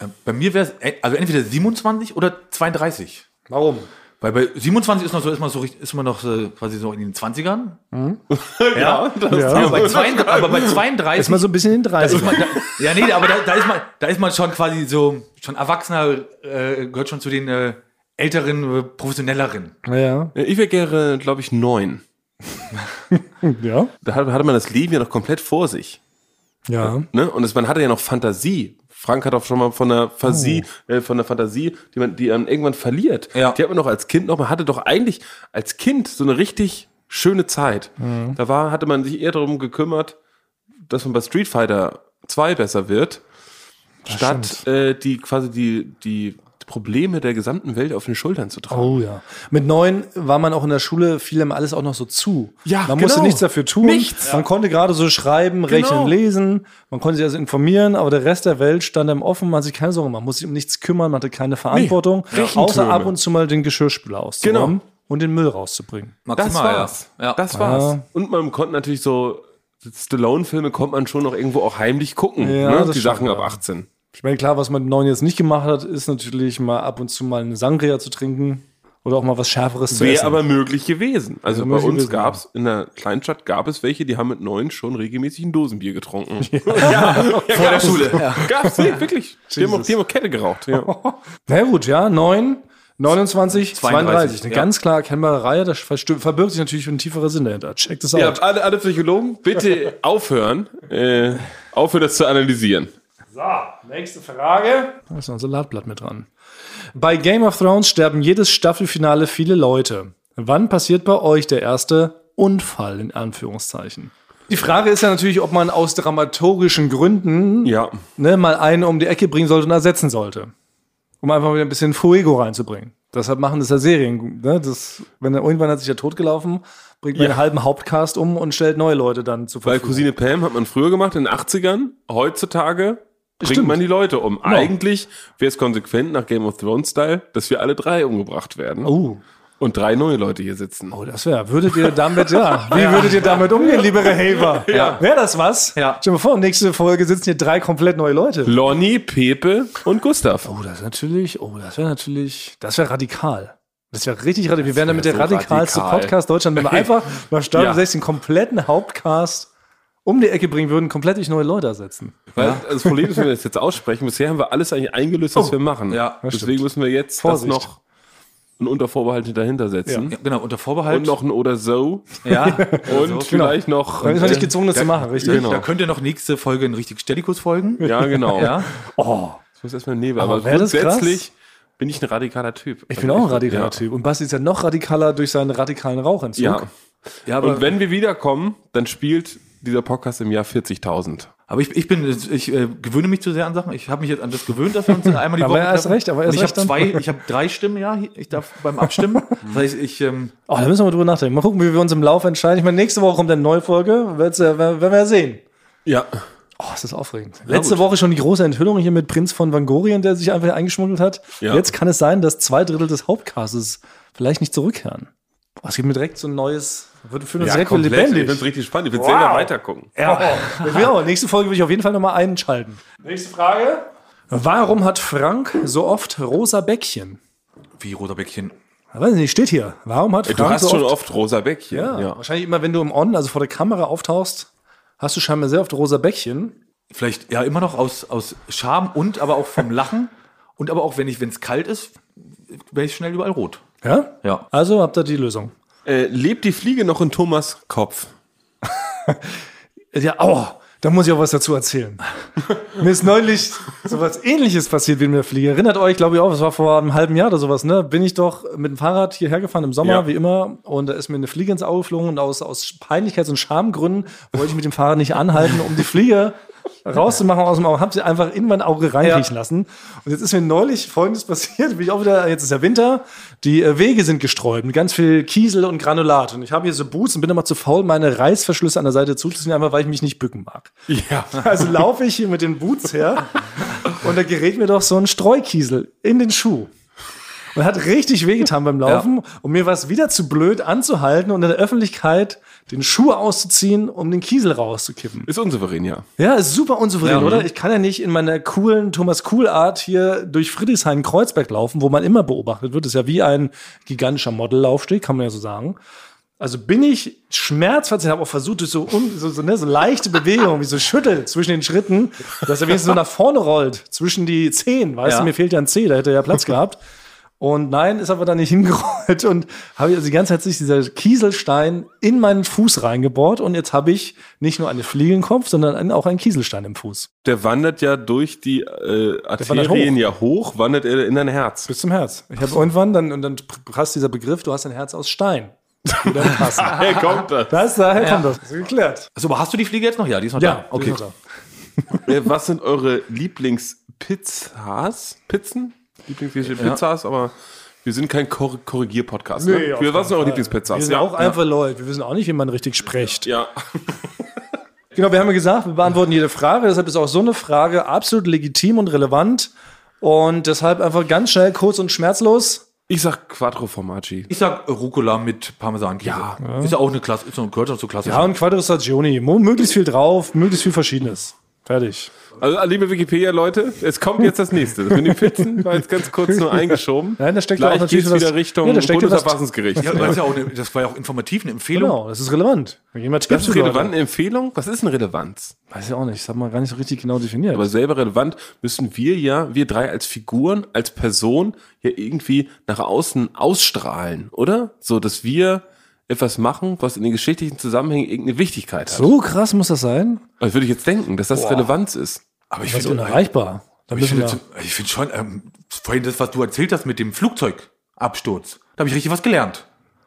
Ähm, Bei mir wäre es also entweder 27 oder 32. Warum? Weil bei 27 ist, noch so, ist man so richtig, ist man noch äh, quasi so in den 20ern. Ja, das Ja. Aber bei, [laughs] 32, aber bei 32 Ist mal so ein bisschen in den 30. also. Man- da, ja, nee, aber da, da, ist man, da ist man schon quasi so, schon Erwachsener, äh, gehört schon zu den äh, älteren, äh, professionelleren. Ja. Äh, Ich wäre gerne, glaube ich, neun. Ja. Da hat- hatte man das Leben ja noch komplett vor sich. Ja. Ne? Und es, man hatte ja noch Fantasie. Frank hat auch schon mal von der Fantasie, äh, von der Fantasie, die man, die man irgendwann verliert. Ja. Die hat man noch als Kind noch, man hatte doch eigentlich als Kind so eine richtig schöne Zeit. Da war, hatte man sich eher darum gekümmert, dass man bei Street Fighter 2 besser wird, statt äh, die quasi die, die Probleme der gesamten Welt auf den Schultern zu tragen. Oh ja. Mit neun war man auch in der Schule, fiel einem alles auch noch so zu. Ja, Man musste genau. nichts dafür tun. Nichts. Man konnte gerade so schreiben, rechnen, Genau. lesen. Man konnte sich also informieren, aber der Rest der Welt stand einem offen. Man hat sich keine Sorgen gemacht. Man musste sich um nichts kümmern. Man hatte keine Verantwortung. Rechentöne. außer ab und zu mal den Geschirrspüler auszuräumen Genau. und den Müll rauszubringen. Das war's. Ja. Ja. Das war's. Ja. Und man konnte natürlich so Stallone-Filme konnte man schon noch irgendwo auch heimlich gucken. Ja, ne? das Die schon, Sachen ab ja. 18. Ich meine, klar, was man mit neun jetzt nicht gemacht hat, ist natürlich mal ab und zu mal eine Sangria zu trinken oder auch mal was Schärferes zu Wäre essen. aber möglich gewesen. Also bei möglich uns gewesen, gab es, in der Kleinstadt gab es welche, die haben mit neun schon regelmäßig ein Dosenbier getrunken. [laughs] Ja, vor der Schule. [laughs] Gab's, nee, wirklich. Die haben, auch, die haben auch Kette geraucht. Ja. [laughs] Na gut, ja, 9, 29, 32. 32, ja. Eine ganz klar erkennbare Reihe, da verstö- verbirgt sich natürlich ein tieferer Sinn dahinter. Checkt es Ihr out. habt alle, alle Psychologen, bitte aufhören, äh, aufhören, das zu analysieren. So, nächste Frage. Da ist noch ein Salatblatt mit dran. Bei Game of Thrones sterben jedes Staffelfinale viele Leute. Wann passiert bei euch der erste Unfall, in Anführungszeichen? Die Frage ist ja natürlich, ob man aus dramaturgischen Gründen Ja. ne, mal einen um die Ecke bringen sollte und ersetzen sollte. Um einfach wieder ein bisschen Fuego reinzubringen. Deshalb machen das ja Serien. Ne? Das, wenn er, irgendwann hat sich ja totgelaufen, bringt man Ja. den halben Hauptcast um und stellt neue Leute dann zur Weil Verfügung. Cousine Pam hat man früher gemacht, in den 80ern. Heutzutage bringt man die Leute um. Genau. Eigentlich wäre es konsequent nach Game of Thrones-Style, dass wir alle drei umgebracht werden Oh, und drei neue Leute hier sitzen. oh, das wäre. Würdet ihr damit, ja, wie würdet ihr damit umgehen, liebere Haver? Ja. Wäre das was? Ja. Stell dir mal vor, nächste Folge sitzen hier drei komplett neue Leute. Lonny, Pepe und Gustav. Oh, das ist natürlich, oh, das wäre natürlich, das wäre radikal. Das wäre richtig radikal. Wir wären damit der so radikalste radikal. Podcast Deutschland, [laughs] wenn wir einfach mal Start Ja. 16 kompletten Hauptcast um die Ecke bringen würden, komplett durch neue Leute ersetzen. Weil also das Problem ist, wenn wir das jetzt aussprechen, bisher haben wir alles eigentlich eingelöst, was wir machen. ja, das Deswegen müssen wir jetzt Oh. Vorsicht. das noch ein Untervorbehalt dahinter setzen. Ja, genau, unter Vorbehalt. Halt. Und noch ein oder so. [laughs] ja, also Und vielleicht noch. genau. Dann ist man nicht gezwungen, das zu machen, richtig? äh, genau. da könnte noch nächste Folge ein richtig Stellikus folgen. ja, genau. Ja. Oh, Ich muss erstmal Nebel. Aber Aber, wär das grundsätzlich bin ich ein radikaler Typ. ich bin auch ein radikaler Typ. Und Basti ist ja noch radikaler durch seinen radikalen Rauchentzug. Ja. ja aber, Und wenn wir wiederkommen, dann spielt dieser Podcast im Jahr 40.000. aber ich, ich bin, ich äh, gewöhne mich zu sehr an Sachen. Ich habe mich jetzt an das gewöhnt, dass wir uns einmal die Aber Woche. er ist treffen. recht, aber er Und ist ich recht habe dann. zwei, ich habe drei Stimmen, ja. Ich darf beim Abstimmen. [laughs] das heißt, ich, ähm, Oh, da müssen wir mal drüber nachdenken. Mal gucken, wie wir uns im Lauf entscheiden. Ich meine, nächste Woche kommt eine neue Folge. Wird's, äh, werden werden wir ja sehen. Ja. Oh, ist das aufregend. Letzte Woche schon die große Enthüllung hier mit Prinz von Vangorien, der sich einfach eingeschmuggelt hat. Ja. Jetzt kann es sein, dass zwei Drittel des Hauptcastes vielleicht nicht zurückkehren. Oh, es gibt mir direkt so ein neues, wird für uns direkt wieder Ich lebendig. finde richtig spannend. Ich will selber weitergucken. Ja. ja, nächste Folge will Oh. ich auf jeden Fall nochmal einschalten. Nächste Frage. Warum hat Frank so oft rosa Bäckchen? wie roter Bäckchen. Ich weiß nicht, steht hier. Warum hat Frank Du hast so schon oft, oft rosa Bäckchen. ja, Wahrscheinlich immer, wenn du im On, also vor der Kamera auftauchst, hast du scheinbar sehr oft rosa Bäckchen. Vielleicht ja immer noch aus, aus Scham und aber auch vom Lachen. Und aber auch, wenn ich, wenn es kalt ist, werde ich schnell überall rot. Ja? Ja. Also habt ihr die Lösung. Äh, lebt die Fliege noch in Thomas Kopf? Ja, aua, da muss ich auch was dazu erzählen. Mir ist neulich sowas ähnliches passiert wie mit der Fliege. Erinnert euch, glaube ich, auch, es war vor einem halben Jahr oder sowas, ne? Bin ich doch mit dem Fahrrad hierher gefahren im Sommer, Ja. wie immer, und da ist mir eine Fliege ins Auge geflogen und aus, aus Peinlichkeits- und Schamgründen wollte ich mit dem Fahrrad nicht anhalten, um die Fliege rauszumachen aus dem Auge. Hab sie einfach in mein Auge reinkriechen lassen. Und jetzt ist mir neulich Folgendes passiert, bin ich auch wieder, jetzt ist ja Winter, die äh, Wege sind gestreut mit ganz viel Kiesel und Granulat. Und ich habe hier so Boots und bin immer zu faul, meine Reißverschlüsse an der Seite zuzuziehen, einfach weil ich mich nicht bücken mag. Ja. [laughs] Also laufe ich hier mit den Boots her und da gerät mir doch so ein Streukiesel in den Schuh. Und hat richtig wehgetan beim Laufen. Und mir war es wieder zu blöd anzuhalten und in der Öffentlichkeit den Schuh auszuziehen, um den Kiesel rauszukippen. Ist unsouverän, ja. Ja, ist super unsouverän, Ja. oder? Ich kann ja nicht in meiner coolen Thomas Kuhl Art hier durch Friedrichshain-Kreuzberg laufen, wo man immer beobachtet wird. Das ist ja wie ein gigantischer Modellaufsteg, kann man ja so sagen. Also bin ich schmerzverzerrt, habe auch versucht, durch so, un, so, so, ne, so leichte Bewegungen, wie so Schütteln zwischen den Schritten, dass er wenigstens so nach vorne rollt, zwischen die Zehen. Weißt Ja. du, mir fehlt ja ein Zeh, da hätte er ja [laughs] Platz gehabt. Und nein, ist aber da nicht hingerollt und habe ich also die ganze Zeit sich dieser Kieselstein in meinen Fuß reingebohrt und jetzt habe ich nicht nur einen Fliegenkopf, sondern einen, auch einen Kieselstein im Fuß. Der wandert ja durch die äh, wandert Arterien ja hoch, wandert er in dein Herz. Bis zum Herz. Ich habe irgendwann dann, und dann passt dieser Begriff, du hast ein Herz aus Stein. Wieder passen. [laughs] Hey, kommt das? Das, daher kommt das. das ist geklärt. Also, aber hast du die Fliege jetzt noch? Ja, die ist noch da. okay. Okay. Äh, Was sind eure Lieblingspizzas? Pizzen? Lieblingsgerichte Pizzas, aber wir sind kein Kor Korrigier-Podcast. Nee, Ne? auf Wir- keinen Was sind eure Fall. Lieblingspizzas? Wir sind auch einfach Leute. Wir wissen auch nicht, wie man richtig spricht. ja. Genau, wir haben ja gesagt, wir beantworten jede Frage. Deshalb ist auch so eine Frage absolut legitim und relevant. Und deshalb einfach ganz schnell, kurz und schmerzlos. Ich sag Quattro Formaggi. Ich sag Rucola mit Parmesankäse. Ja. Ist ja auch eine Klasse, ist so ein Körter so klassisch. Ja, und Quattro Stagioni. Mo- Möglichst viel drauf, möglichst viel Verschiedenes. Fertig. Also, liebe Wikipedia-Leute, es kommt jetzt das nächste. Das mit [laughs] den Pizzen war jetzt ganz kurz nur eingeschoben. Nein, da steckt ja Gleich auch natürlich geht's was- wieder Richtung Ja, da steckt ja was- Bundesverfassungsgericht. Ja, das, ist ja auch eine, das war ja auch informativ, eine Empfehlung. Genau, das ist relevant. Wir geben mal Tipps Das ist für Leute. relevant eine Empfehlung? Was ist eine Relevanz? Weiß ich auch nicht. Das hat man gar nicht so richtig genau definiert. Aber selber relevant müssen wir ja, wir drei als Figuren, als Person ja irgendwie nach außen ausstrahlen, oder? So, dass wir etwas machen, was in den geschichtlichen Zusammenhängen irgendeine Wichtigkeit hat. so krass muss das sein? Also würde ich jetzt denken, dass das Relevanz ist. Aber ich Das ist finde, unerreichbar. Da ich müssen finde, wir- ich finde schon, ähm, vorhin das, was du erzählt hast mit dem Flugzeugabsturz, da habe ich richtig was gelernt.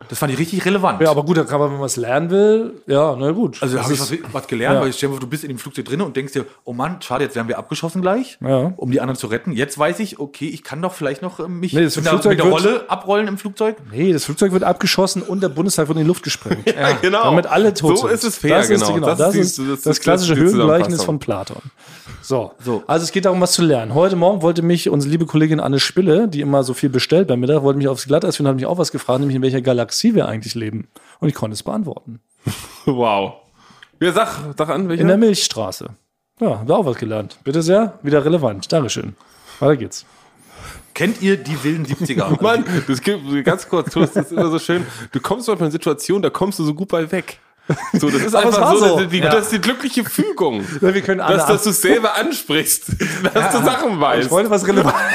Das fand ich richtig relevant. Ja, aber gut, da kann man, wenn man es lernen will, ja, na gut. Also da Das habe ich ist- was, was gelernt, ja. weil ich stell dir vor, du bist in dem Flugzeug drin und denkst dir, oh Mann, schade, jetzt werden wir abgeschossen gleich, Ja. um die anderen zu retten. Jetzt weiß ich, okay, ich kann doch vielleicht noch ähm, mich Nee, das mit, der, Flugzeug mit der wird- Rolle abrollen im Flugzeug. Nee, das Flugzeug wird abgeschossen und der Bundestag wird in die Luft gesprengt. [laughs] Ja, genau. Damit alle tot So sind. ist es fair, das Ist, genau. genau. Das, Das ist ist die- das, das ist klassische die Höhengleichnis Zusammenfassung. von Platon. So. So. Also es geht darum, was zu lernen. Heute Morgen wollte mich unsere liebe Kollegin Anne Spille, die immer so viel bestellt beim Mittag, wollte mich aufs Glatteis führen und hat mich auch was gefragt, nämlich in welcher Galaxie wir eigentlich leben. Und ich konnte es beantworten. Wow. Ja, sag, sag an, welche? In der Milchstraße. Ja, haben wir auch was gelernt. Bitte sehr, wieder relevant. Dankeschön. Weiter geht's. Kennt ihr die [laughs] wilden 70er? Also, Mann, das gibt ganz kurz, Thomas, das ist immer so schön. Du kommst manchmal in Situationen, da kommst du so gut bei weg. So, das ist Aber es einfach war so, so. Das, ist die, Ja. das ist die glückliche Fügung. [laughs] Ja, wir können alle dass, dass du es selber ansprichst, [laughs] dass du Sachen Ich weißt. wollte was Relevantes. [laughs]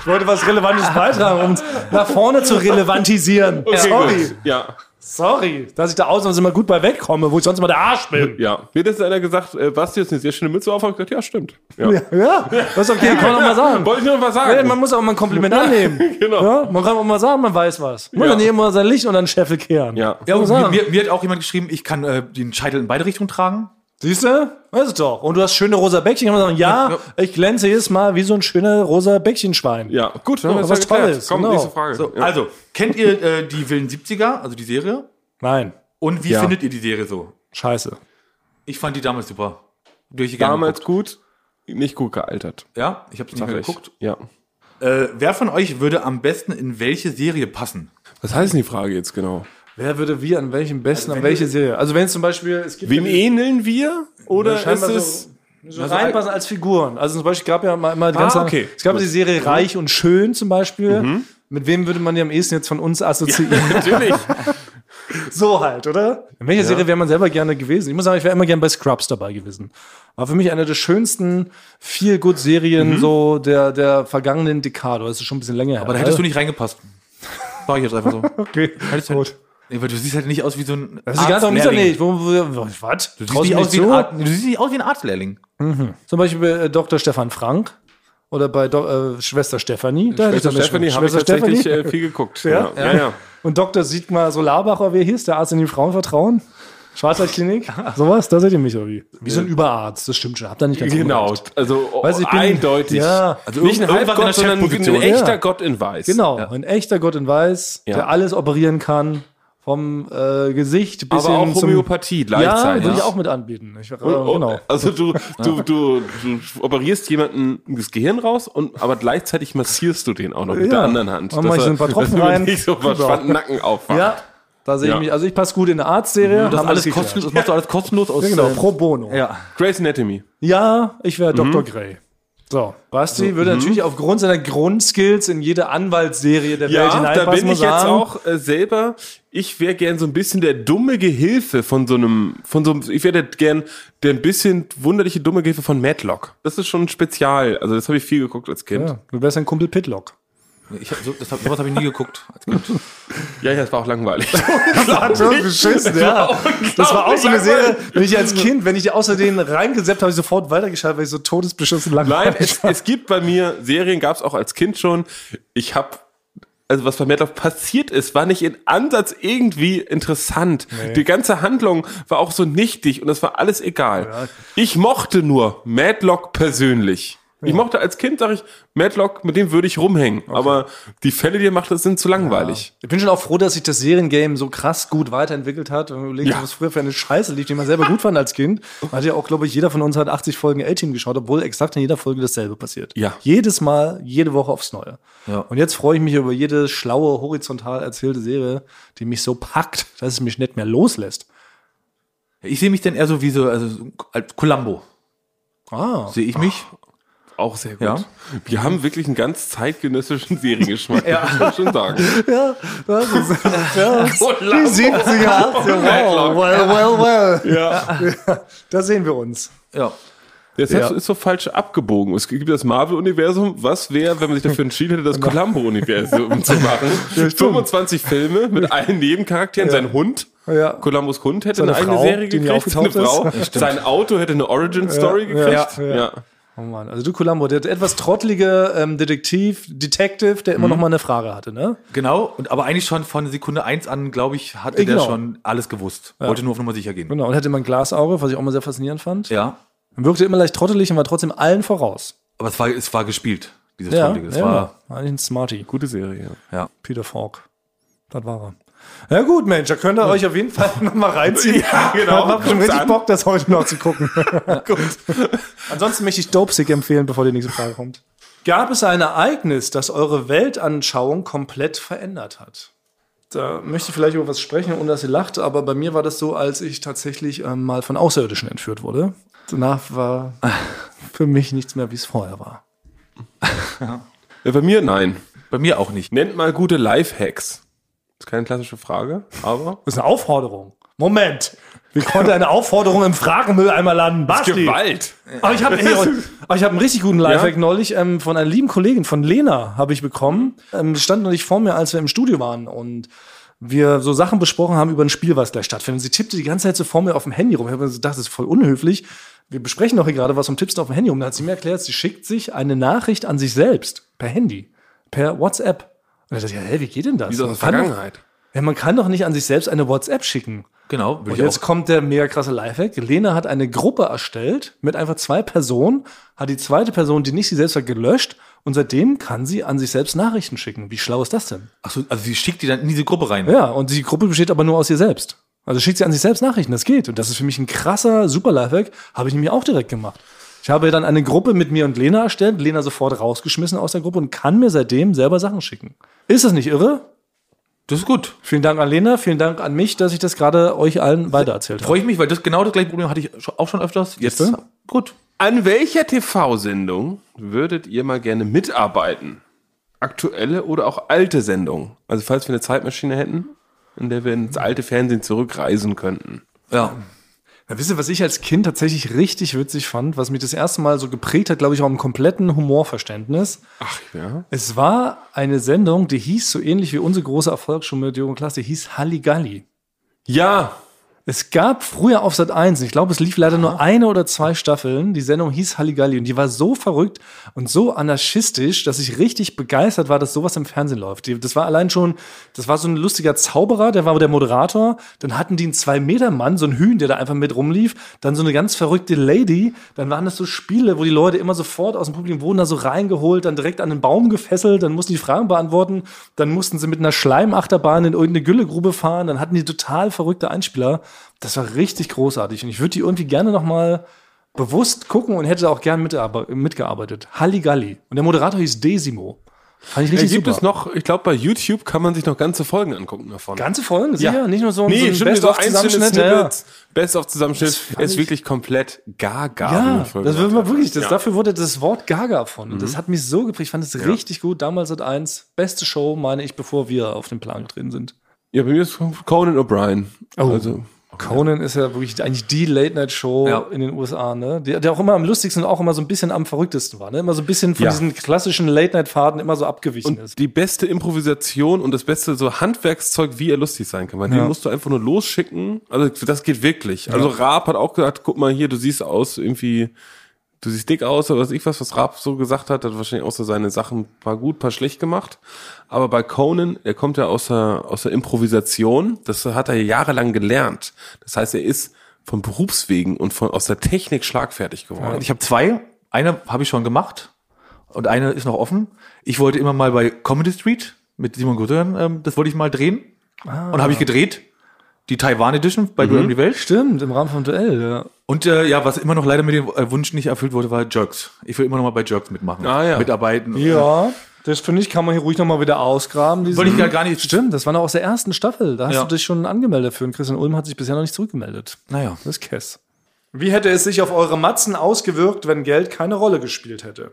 ich wollte was Relevantes beitragen, um es nach vorne zu relevantisieren. Okay, sorry, gut. Ja, sorry, dass ich da ausnahmsweise mal gut bei wegkomme, wo ich sonst immer der Arsch bin. ja. Mir hat jetzt einer gesagt, äh, Basti hat eine sehr schöne Mütze auf. Ich gesagt, ja, stimmt. Ja. Ja, ja. das ist okay, kann man auch mal sagen. Wollte ich nur noch was sagen. Ey, man muss auch mal ein Kompliment [laughs] annehmen. Genau. Ja, man kann auch mal sagen, man weiß was. Man Ja. kann nicht immer sein Licht unter den Scheffel kehren. Ja. ja, muss und sagen. mir, mir hat auch jemand geschrieben, ich kann äh, den Scheitel in beide Richtungen tragen. Siehst du? Weißt du doch. Und du hast schöne rosa Bäckchen. Kann man sagen, ja, ich glänze jedes Mal wie so ein schöner rosa Bäckchenschwein. ja, gut. haben wir jetzt was ja geklärt. Tolles, Komm, genau. nächste Frage. So, ja. Also, kennt ihr äh, die wilden 70er, also die Serie? Nein, Und wie Ja. findet ihr die Serie so? scheiße. Ich fand die damals super. Durch die gerne Damals gut, nicht gut gealtert. geguckt. Ja, ich habe nicht Sag mehr ich. geguckt. Ja. Äh, wer von euch würde am besten in welche Serie passen? Was heißt denn die Frage jetzt genau? Wer würde wie an welchem besten, an welche Serie? Also wenn es zum Beispiel, es gibt Wem ja- ähneln wir? Oder Ja, ist scheinbar es. so, so Also, reinpassen als Figuren. Also zum Beispiel gab ja mal immer die Ah, ganze okay. Es gab die Mhm. Serie Reich und Schön zum Beispiel. Mit wem würde man die am ehesten jetzt von uns assoziieren? [laughs] Natürlich. [laughs] So halt, oder? In welcher Serie wäre man selber gerne gewesen? Ich muss sagen, ich wäre immer gerne bei Scrubs dabei gewesen. War für mich eine der schönsten Feel-Good-Serien so der, der vergangenen Dekade. Das ist schon ein bisschen länger her. Mhm. Aber da hättest du nicht reingepasst. Sag ich jetzt einfach [laughs] so. Okay. Hättest du nicht. Nee, weil du siehst halt nicht aus wie so ein Das ist die ganze Zeit Arztlehrling. Also nicht. Wo, wo, wo, was? Du Du siehst, nicht aus wie ein Arzt, du siehst nicht aus wie ein Arztlehrling. Zum Beispiel bei äh, Dr. Stefan Frank oder bei Do äh, Schwester Stefanie. Da hätte ich Schwester dann eine Stephanie Schw- habe ich Schwester tatsächlich Stephanie. äh, viel geguckt. Ja? ja. ja. Und Dr. Sigmar Solarbacher, wie hieß der Arzt in die Frauen vertrauen? Schwarzwaldklinik, sowas, da seht ihr mich irgendwie. Wie so ein Überarzt, das stimmt schon. Habt ihr nicht ganz Genau, unrecht. also Weiß ich, bin- eindeutig. Ja. also nicht irgendwas in ein der Halbgott, sondern ein Chefposition. echter Ja. Gott in Weiß. Genau, ein echter Gott in Weiß, Ja. der alles operieren kann, vom äh, Gesicht bis Aber auch hin zum- Ja, Homöopathie gleichzeitig. ne? würde ich auch mit anbieten. Ich, äh, Oh, genau. Also du, du, du, du operierst jemanden das Gehirn raus und aber gleichzeitig massierst du den auch noch mit Ja. der anderen Hand. Dann mach ich Dass so er- ein [laughs] paar dass Tropfen du rein. Nicht so Genau. verspannten Nacken aufwacht. Ja, da sehe ich Ja. mich. Also ich passe gut in der Arztserie. Das, haben wir alles geklärt. kostenlos, das machst du alles kostenlos aus. Ja, genau, äh, pro bono. ja. Grey's Anatomy. Ja, ich wäre Mhm. Dr. Grey. So, Basti Also, würde natürlich aufgrund seiner Grundskills in jede Anwaltsserie der Welt Ja, hineinpassen. da bin ich muss jetzt sagen. auch äh, selber. Ich wäre gern so ein bisschen der dumme Gehilfe von so einem, von so einem, ich wäre gern der ein bisschen wunderliche dumme Gehilfe von Madlock. Das ist schon ein Spezial. Also das habe ich viel geguckt als Kind. Ja, du wärst ein Kumpel [laughs] Pitlock. Ich, hab so, das hab, sowas habe ich nie geguckt. Als Kind. Ja, ja, das war auch langweilig. so beschissen, ja. Das war auch so eine Serie, wenn ich als Kind, wenn ich die außer denen reingesetzt habe, ich sofort weitergeschaltet, weil ich so todesbeschissen lang [laughs] Nein, es, es gibt bei mir, Serien gab es auch als Kind schon. Ich habe, also was bei Madlock passiert ist, war nicht in Ansatz irgendwie interessant. Die ganze Handlung war auch so nichtig und das war alles egal. Ich mochte nur Madlock persönlich. Ich mochte als Kind, sage ich, Madlock, mit dem würde ich rumhängen. Aber die Fälle, die er macht, das sind zu langweilig. Ich bin schon auch froh, dass sich das Seriengame so krass gut weiterentwickelt hat. Wenn man überlegt, Ja. was früher für eine Scheiße lief, die man selber gut fand als Kind. Hat ja auch, glaube ich, jeder von uns hat 80 Folgen A-Team geschaut, obwohl exakt in jeder Folge dasselbe passiert. Ja. Jedes Mal, jede Woche aufs Neue. Ja. Und jetzt freue ich mich über jede schlaue, horizontal erzählte Serie, die mich so packt, dass es mich nicht mehr loslässt. Ich sehe mich dann eher so wie so, also so als Columbo. Ah. Sehe ich mich? Auch sehr gut. Ja. Wir haben wirklich einen ganz zeitgenössischen [laughs] Seriengeschmack, ja. muss man schon sagen. Ja, das ist, [laughs] ja, das Oh, die [laughs] 70er, 80er. Wow, well, well, well. Ja. Da sehen wir uns. Ja. Jetzt hast du- ist so falsch abgebogen. Es gibt das Marvel-Universum. Was wäre, wenn man sich dafür entschieden hätte, das Genau. Columbo-Universum zu [laughs] machen? 25 Filme mit allen Nebencharakteren. Sein Hund, Ja. Columbus Hund, hätte Seine eine eigene Frau, Serie die nie gekriegt. Seine aufgetaucht Frau. ist. Sein Auto hätte eine Origin-Story Ja, ja, gekriegt. ja. Oh Mann, also du Columbo, der etwas trottelige ähm, Detektiv, Detective, der immer noch mal eine Frage hatte, ne? Genau. Und, aber eigentlich schon von Sekunde eins an, glaube ich, hatte der Genau. schon alles gewusst. Wollte nur auf Nummer sicher gehen. Genau, und hatte immer ein Glasauge, was ich auch mal sehr faszinierend fand. Ja. Und wirkte immer leicht trottelig und war trotzdem allen voraus. Aber es war, es war gespielt, dieses Ja, Trollige. Es ja, war, war eigentlich ein Smarty. Gute Serie. ja. Peter Falk. Das war er. Ja gut, Mensch, da könnt ihr euch auf jeden Fall [laughs] nochmal reinziehen. Ja, genau. Ich hab schon Guckt's richtig an. Bock, das heute noch zu [laughs] gucken. Ansonsten möchte ich Dopesick empfehlen, bevor die nächste Frage kommt. Gab es ein Ereignis, das eure Weltanschauung komplett verändert hat? Da möchte ich vielleicht über was sprechen, ohne dass ihr lacht, aber bei mir war das so, als ich tatsächlich ähm, mal von Außerirdischen entführt wurde. Danach [laughs] war für mich nichts mehr, wie es vorher war. Ja, Äh, bei mir nein. Bei mir auch nicht. Nennt mal gute Lifehacks. Ist keine klassische Frage, aber Das ist eine Aufforderung. Moment! Wie konnte eine Aufforderung im Fragenmüll einmal landen? Basti! Gewalt. Aber ich habe hab einen richtig guten Lifehack Ja? neulich ähm, von einer lieben Kollegin, von Lena, habe ich bekommen. Ähm, die stand neulich vor mir, als wir im Studio waren und wir so Sachen besprochen haben über ein Spiel, was gleich stattfindet. Sie tippte die ganze Zeit so vor mir auf dem Handy rum. Ich habe mir so gedacht, das ist voll unhöflich. Wir besprechen doch hier gerade was und tippst auf dem Handy rum. Dann hat sie mir erklärt, sie schickt sich eine Nachricht an sich selbst per Handy, per WhatsApp. Und da dachte ich, ja, hä, wie geht denn das? Wie so aus der Man kann doch- Vergangenheit. Ja, man kann doch nicht an sich selbst eine WhatsApp schicken. Genau. Würde Und ich jetzt auch. kommt der mega krasse Lifehack. Lena hat eine Gruppe erstellt mit einfach zwei Personen, hat die zweite Person, die nicht sie selbst war, gelöscht und seitdem kann sie an sich selbst Nachrichten schicken. Wie schlau ist das denn? Ach so, also sie schickt die dann in diese Gruppe rein. Ja, und die Gruppe besteht aber nur aus ihr selbst. Also schickt sie an sich selbst Nachrichten, das geht. Und das ist für mich ein krasser super Lifehack, habe ich nämlich auch direkt gemacht. Ich habe dann eine Gruppe mit mir und Lena erstellt, Lena sofort rausgeschmissen aus der Gruppe und kann mir seitdem selber Sachen schicken. Ist das nicht irre? Das ist gut. Vielen Dank an Lena, vielen Dank an mich, dass ich das gerade euch allen weitererzählt habe. Freue ich mich, weil das genau das gleiche Problem hatte ich schon- auch schon öfters. Jetzt Siehste? gut. An welcher TV-Sendung würdet ihr mal gerne mitarbeiten? Aktuelle oder auch alte Sendungen? Also falls wir eine Zeitmaschine hätten, in der wir ins alte Fernsehen zurückreisen könnten. Ja. Ja, wisst ihr, was ich als Kind tatsächlich richtig witzig fand, was mich das erste Mal so geprägt hat, glaube ich, auch im kompletten Humorverständnis? Ach ja. Es war eine Sendung, die hieß so ähnlich wie unser großer Erfolg schon mit Jürgen Klaas, die hieß Halligalli. Ja, Es gab früher auf Sat 1, ich glaube, es lief leider nur eine oder zwei Staffeln. Die Sendung hieß Halligalli und die war so verrückt und so anarchistisch, dass ich richtig begeistert war, dass sowas im Fernsehen läuft. Die, das war allein schon, das war so ein lustiger Zauberer, der war der Moderator. Dann hatten die einen Zwei-Meter-Mann, so ein Hühn, der da einfach mit rumlief. Dann so eine ganz verrückte Lady. Dann waren das so Spiele, wo die Leute immer sofort aus dem Publikum wurden da so reingeholt, dann direkt an den Baum gefesselt, dann mussten die Fragen beantworten. Dann mussten sie mit einer Schleimachterbahn in irgendeine Güllegrube fahren. Dann hatten die total verrückte Einspieler. Das war richtig großartig und ich würde die irgendwie gerne nochmal bewusst gucken und hätte auch gern mitarbe- mitgearbeitet. Halligalli. Und der Moderator hieß Desimo. Fand ich Da richtig äh, gibt super. es noch, ich glaube, bei YouTube kann man sich noch ganze Folgen angucken davon. ganze Folgen? Sicher? Nicht nur so ein, nee, so stimmt, ein so einzelne Best-of-Zusammenschnitt? Ja, ja. Snippets, Best-of-Zusammenschnitt. Ist wirklich komplett gaga. wie Ja, man früher Ah, das gesagt wird man hat. wirklich. Das, Ja. Dafür wurde das Wort Gaga von. Und Mhm. das hat mich so geprägt. Ich fand es richtig gut. Damals hat eins. Beste Show, meine ich, bevor wir auf den Plan getreten sind. Ja, bei mir ist Conan O'Brien. Oh. Also, Conan ist ja wirklich eigentlich die Late-Night-Show Ja. in den USA, ne? Der, der auch immer am lustigsten und auch immer so ein bisschen am verrücktesten war, ne? Immer so ein bisschen von Ja. diesen klassischen Late-Night-Faden immer so abgewichen ist. und die beste Improvisation und das beste so Handwerkszeug, wie er lustig sein kann. Weil den musst du einfach nur losschicken. Also das geht wirklich. Also Raab hat auch gesagt, guck mal hier, du siehst aus irgendwie, du siehst dick aus oder was ich was, was Raab so gesagt hat, hat wahrscheinlich auch so seine Sachen ein paar gut, ein paar schlecht gemacht. Aber bei Conan, er kommt ja aus der, aus der Improvisation. Das hat er jahrelang gelernt. Das heißt, er ist von Berufswegen und von aus der Technik schlagfertig geworden. Ich habe zwei. Eine habe ich schon gemacht und eine ist noch offen. Ich wollte immer mal bei Comedy Street mit Simon Gutern, ähm, das wollte ich mal drehen. Ah. Und habe ich gedreht. Die Taiwan Edition Mhm. bei Duell um die Welt. Stimmt, im Rahmen von Duell, ja. Und äh, ja, was immer noch leider mit dem äh, Wunsch nicht erfüllt wurde, war Jerks. Ich will immer noch mal bei Jerks mitmachen. Ah, ja. Mitarbeiten. Ja, das finde ich, kann man hier ruhig nochmal wieder ausgraben. diesen- Wollte ich ja gar nicht. Stimmt, das war noch aus der ersten Staffel. Da hast Ja. du dich schon angemeldet für. Und Christian Ulm hat sich bisher noch nicht zurückgemeldet. Naja. Das ist Kess. Wie hätte es sich auf eure Matzen ausgewirkt, wenn Geld keine Rolle gespielt hätte?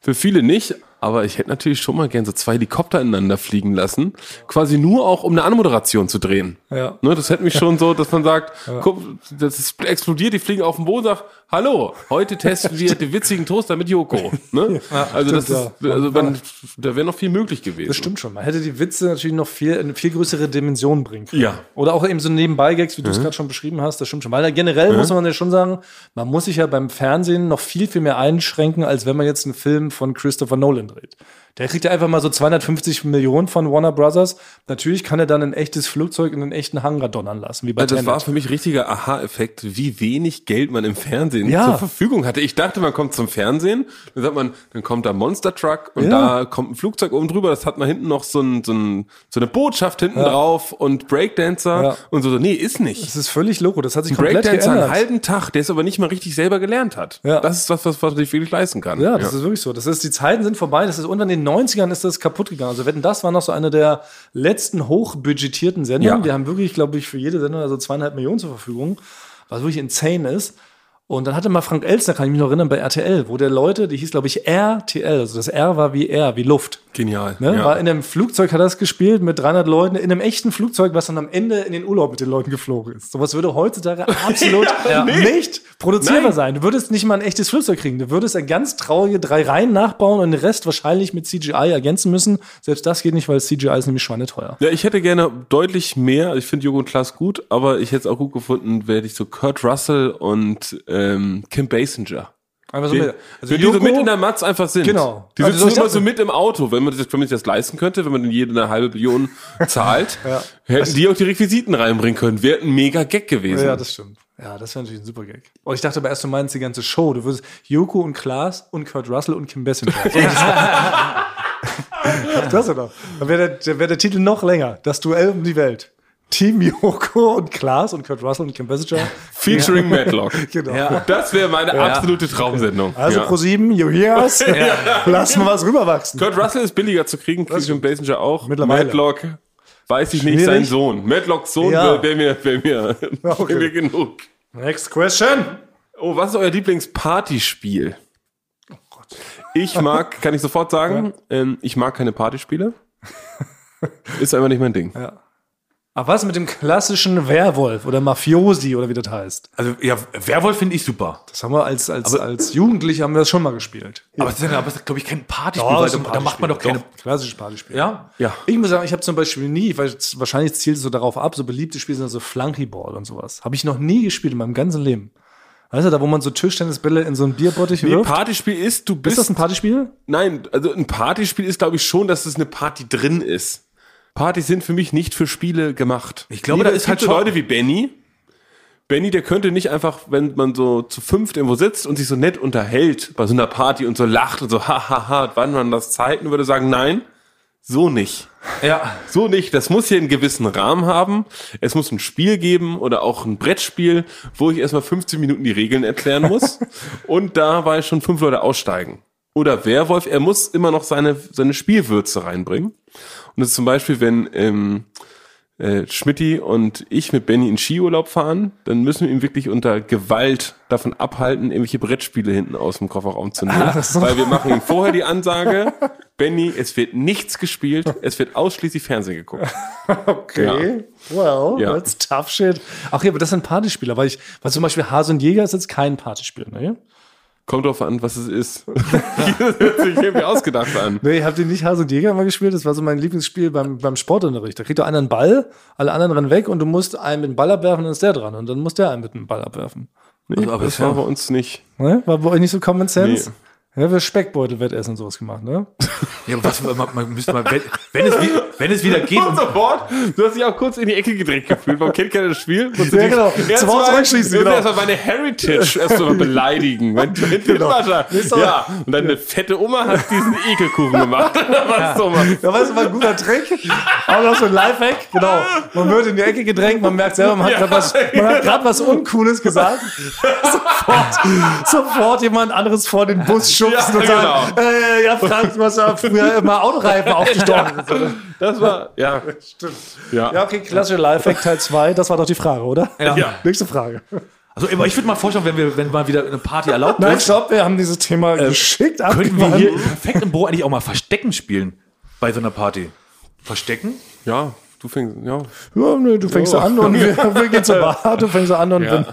Für viele nicht, aber ich hätte natürlich schon mal gern so zwei Helikopter ineinander fliegen lassen, quasi nur auch um eine Anmoderation zu drehen. Ja. Ne, das hätte mich schon so, dass man sagt, guck, das ist, explodiert, die fliegen auf den Boden, sagt, hallo, heute [laughs] testen wir den witzigen Toaster mit Joko. Ne? also das stimmt, ist, also man, da wäre noch viel möglich gewesen. Das stimmt schon. Man hätte die Witze natürlich noch viel, in viel größere Dimensionen bringen können. Ja. Oder auch eben so Nebenbei-Gags, wie du es gerade schon beschrieben hast. Das stimmt schon. Weil da generell muss man ja schon sagen, man muss sich ja beim Fernsehen noch viel, viel mehr einschränken, als wenn man jetzt einen Film von Christopher Nolan dreht. Der kriegt ja einfach mal so 250 Millionen von Warner Brothers. Natürlich kann er dann ein echtes Flugzeug in einen echten Hangar donnern lassen, wie bei Also das war Tenet. für mich richtiger Aha-Effekt, wie wenig Geld man im Fernsehen Ja. zur Verfügung hatte. Ich dachte, man kommt zum Fernsehen, dann sagt man, dann kommt da Monster Truck und Ja. da kommt ein Flugzeug oben drüber, das hat man hinten noch so, ein, so, ein, so eine Botschaft hinten drauf und Breakdancer Ja. und so. Nee, ist nicht. Das ist völlig loco. Das hat sich komplett Breakdancer einen geändert. halben Tag, der es aber nicht mal richtig selber gelernt hat. Ja. Das ist was, was, was man sich wirklich leisten kann. Ja, das ist wirklich so. Das ist, die Zeiten sind vorbei. Das ist unter den 90ern ist das kaputt gegangen. Also Wetten, das war noch so eine der letzten hochbudgetierten Sendungen. Ja. Wir haben wirklich, glaube ich, für jede Sendung also zweieinhalb Millionen zur Verfügung, was wirklich insane ist. Und dann hatte mal Frank Elstner, kann ich mich noch erinnern, bei RTL, wo der Leute, die hieß, glaube ich, RTL, also das R war wie R, wie Luft. Genial. Ne? ja. War in einem Flugzeug, hat er es gespielt mit 300 Leuten, in einem echten Flugzeug, was dann am Ende in den Urlaub mit den Leuten geflogen ist. Sowas würde [laughs] heutzutage absolut nicht produzierbar Nein. sein. Du würdest nicht mal ein echtes Flugzeug kriegen. Du würdest ein ganz traurige drei Reihen nachbauen und den Rest wahrscheinlich mit CGI ergänzen müssen. Selbst das geht nicht, weil CGI ist nämlich schweineteuer. Ja, ich hätte gerne deutlich mehr. Ich finde Jogo und Klaas gut, aber ich hätte es auch gut gefunden, wäre ich so Kurt Russell und ähm, Kim Basinger. Einfach so Die, mit- also die so mit in der Matz einfach sind. Genau. Die Also sitzen soll ich immer das- so mit im Auto, wenn man, das, wenn man sich das leisten könnte, wenn man denn jede eine [laughs] halbe Billion zahlt, hätten die auch die Requisiten reinbringen können. Wäre ein mega Gag gewesen. Ja, das stimmt. Ja, das wäre natürlich ein super Gag. Und ich dachte aber erst, du meinst die ganze Show. Du würdest Joko und Klaas und Kurt Russell und Kim Bessinger. das oder? Dann wäre der, dann wär der Titel noch länger. Das Duell um die Welt. Team Joko und Klaas und Kurt Russell und Kim Bessinger. Featuring Madlock. [laughs] Genau. Das wäre meine absolute Traumsendung. Also ja. Pro7, you hear us? Lass mal was rüberwachsen. Kurt Russell ist billiger zu kriegen, kriegt Kim Basinger auch. Mittlerweile. Madlock, weiß ich nicht, Schwierig. sein Sohn. Madlocks Sohn Ja. wäre wär mir, wär mir, [laughs] Okay. wär mir genug. Next question. Oh, was ist euer Lieblingspartyspiel? Ich mag, kann ich sofort sagen, ähm, ich mag keine Partyspiele. Ist einfach nicht mein Ding. Aber was mit dem klassischen Werwolf oder Mafiosi oder wie das heißt? Also, ja, Werwolf finde ich super. Das haben wir als, als, als Jugendliche haben wir das schon mal gespielt. Aber es ist, ja- aber es ist, glaube ich, kein Partyspiel, Ja, weil das ist ein da- da macht man doch Partyspiel. keine. klassisches Partyspiel. Ja? Ja. Ich muss sagen, ich habe zum Beispiel nie, weil es- wahrscheinlich zielt es so darauf ab, so beliebte Spiele sind so Flunkyball und sowas. Habe ich noch nie gespielt in meinem ganzen Leben. Weißt du, da wo man so Tischtennisbälle in so einen Bierbottich Nee, wirft? Partyspiel ist, du Ist bist. das ein Partyspiel? nein, also ein Partyspiel ist, glaube ich, schon, dass es eine Party drin ist. Partys sind für mich nicht für Spiele gemacht. Ich glaube, da es ist gibt halt so schon- Leute wie Benny. Benny, der könnte nicht einfach, wenn man so zu fünft irgendwo sitzt und sich so nett unterhält bei so einer Party und so lacht und so, hahaha, wann man das Zeiten würde sagen, nein, so nicht. Ja. So nicht. Das muss hier einen gewissen Rahmen haben. Es muss ein Spiel geben oder auch ein Brettspiel, wo ich erstmal 15 Minuten die Regeln erklären muss und dabei schon fünf Leute aussteigen. Oder Werwolf, er muss immer noch seine, seine Spielwürze reinbringen. Und das ist zum Beispiel, wenn ähm, äh, Schmidti und ich mit Benny in Skiurlaub fahren, dann müssen wir ihn wirklich unter Gewalt davon abhalten, irgendwelche Brettspiele hinten aus dem Kofferraum zu nehmen. Weil wir machen ihm vorher die Ansage, Benny, es wird nichts gespielt, es wird ausschließlich Fernsehen geguckt. Okay. Well, Ja. that's tough shit. Ach ja, aber das sind Partyspiele, weil ich, weil zum Beispiel Hase und Jäger ist jetzt kein Partyspiel, ne? Kommt drauf an, was es ist. das hört sich irgendwie ausgedacht an. Nee, habt ihr nicht Hase und Jäger mal gespielt? Das war so mein Lieblingsspiel beim, beim Sportunterricht. Da kriegt doch einer einen Ball, alle anderen rennen weg und du musst einen mit dem Ball abwerfen, dann ist der dran. Und dann muss der einen mit dem Ball abwerfen. Nee, aber das ja. war bei uns nicht. Ne? War bei euch nicht so Common Sense? Ja, wir Speckbeutelwettessen und sowas gemacht, ne? Ja, aber was, man, man müsste mal, wenn, wenn, es, wie- wenn es wieder geht, Und um, sofort, du hast dich auch kurz in die Ecke gedreht gefühlt. Man kennt keiner das Spiel. Musst du Ja, dich- genau. Erst Zu mal- Hause zurückschließen, du musst genau. Erst mal meine Heritage erst mal beleidigen. Mein Tintwascher. Ja, und dann eine fette Oma hat diesen Ekelkuchen gemacht. [laughs] Was so was. Ja, weißt du, war ein guter Trick. [laughs] Aber noch so ein Lifehack. Genau. Man wird in die Ecke gedrängt, man merkt selber, man hat gerade was, man hat grad was Uncooles gesagt. sofort, sofort jemand anderes vor den Bus schubsen Ja, und sagen, äh, ja, Frank, du hast ja früher immer Autoreifen aufgestochen. Das war, ja. Stimmt. Ja. Ja, okay, klassische Lifehack Teil 2, das war doch die Frage, oder? Ja. Ja. Nächste Frage. also, aber ich würde mal vorstellen, wenn wir, wenn mal wieder eine Party erlaubt Nein, Äh, wird, stopp, wir haben dieses Thema geschickt könnten wir abgewandt. hier perfekt im Büro eigentlich auch mal Verstecken spielen. Bei so einer Party. Verstecken? Ja, du fängst, ja. Ja, nö, du fängst [laughs] an und wir, wir gehen zur Bar, du fängst an und Ja. dann-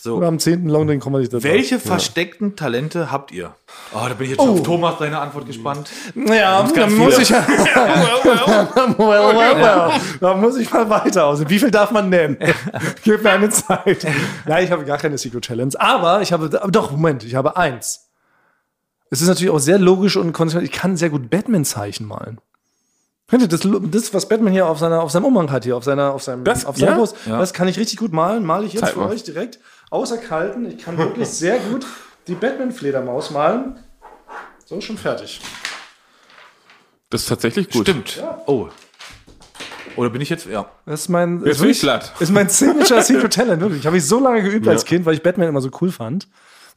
So. und am 10. Longdrink kommen wir nicht dazu. Welche versteckten Talente habt ihr? Oh, da bin ich jetzt auf Thomas deine Antwort gespannt. Ja, dann viele. muss ich ja. [laughs] well, well, well. Dann muss ich mal weiter aus. Wie viel darf man nennen? Gib mir eine Zeit. Nein, ich habe gar keine Secret Challenge. Aber ich habe, aber doch, Moment, ich habe eins. Es ist natürlich auch sehr logisch und konsequent. Ich kann sehr gut Batman-Zeichen malen. Kennt ihr Das, das, was Batman hier auf, seiner, auf seinem Umhang hat, hier auf, seiner, auf seinem Das- auf seiner ja? Brust, Ja. das kann ich richtig gut malen. Male ich jetzt Zeig für mal. euch direkt. Außer kalten. Ich kann wirklich sehr gut die Batman-Fledermaus malen. So, schon fertig. Das ist tatsächlich gut. Stimmt. Oh. Oder bin ich jetzt? Ja. Das ist mein, Jetzt bin ich glatt. ist mein Signature [laughs] Secret Talent, wirklich. Habe ich so lange geübt als Kind, weil ich Batman immer so cool fand,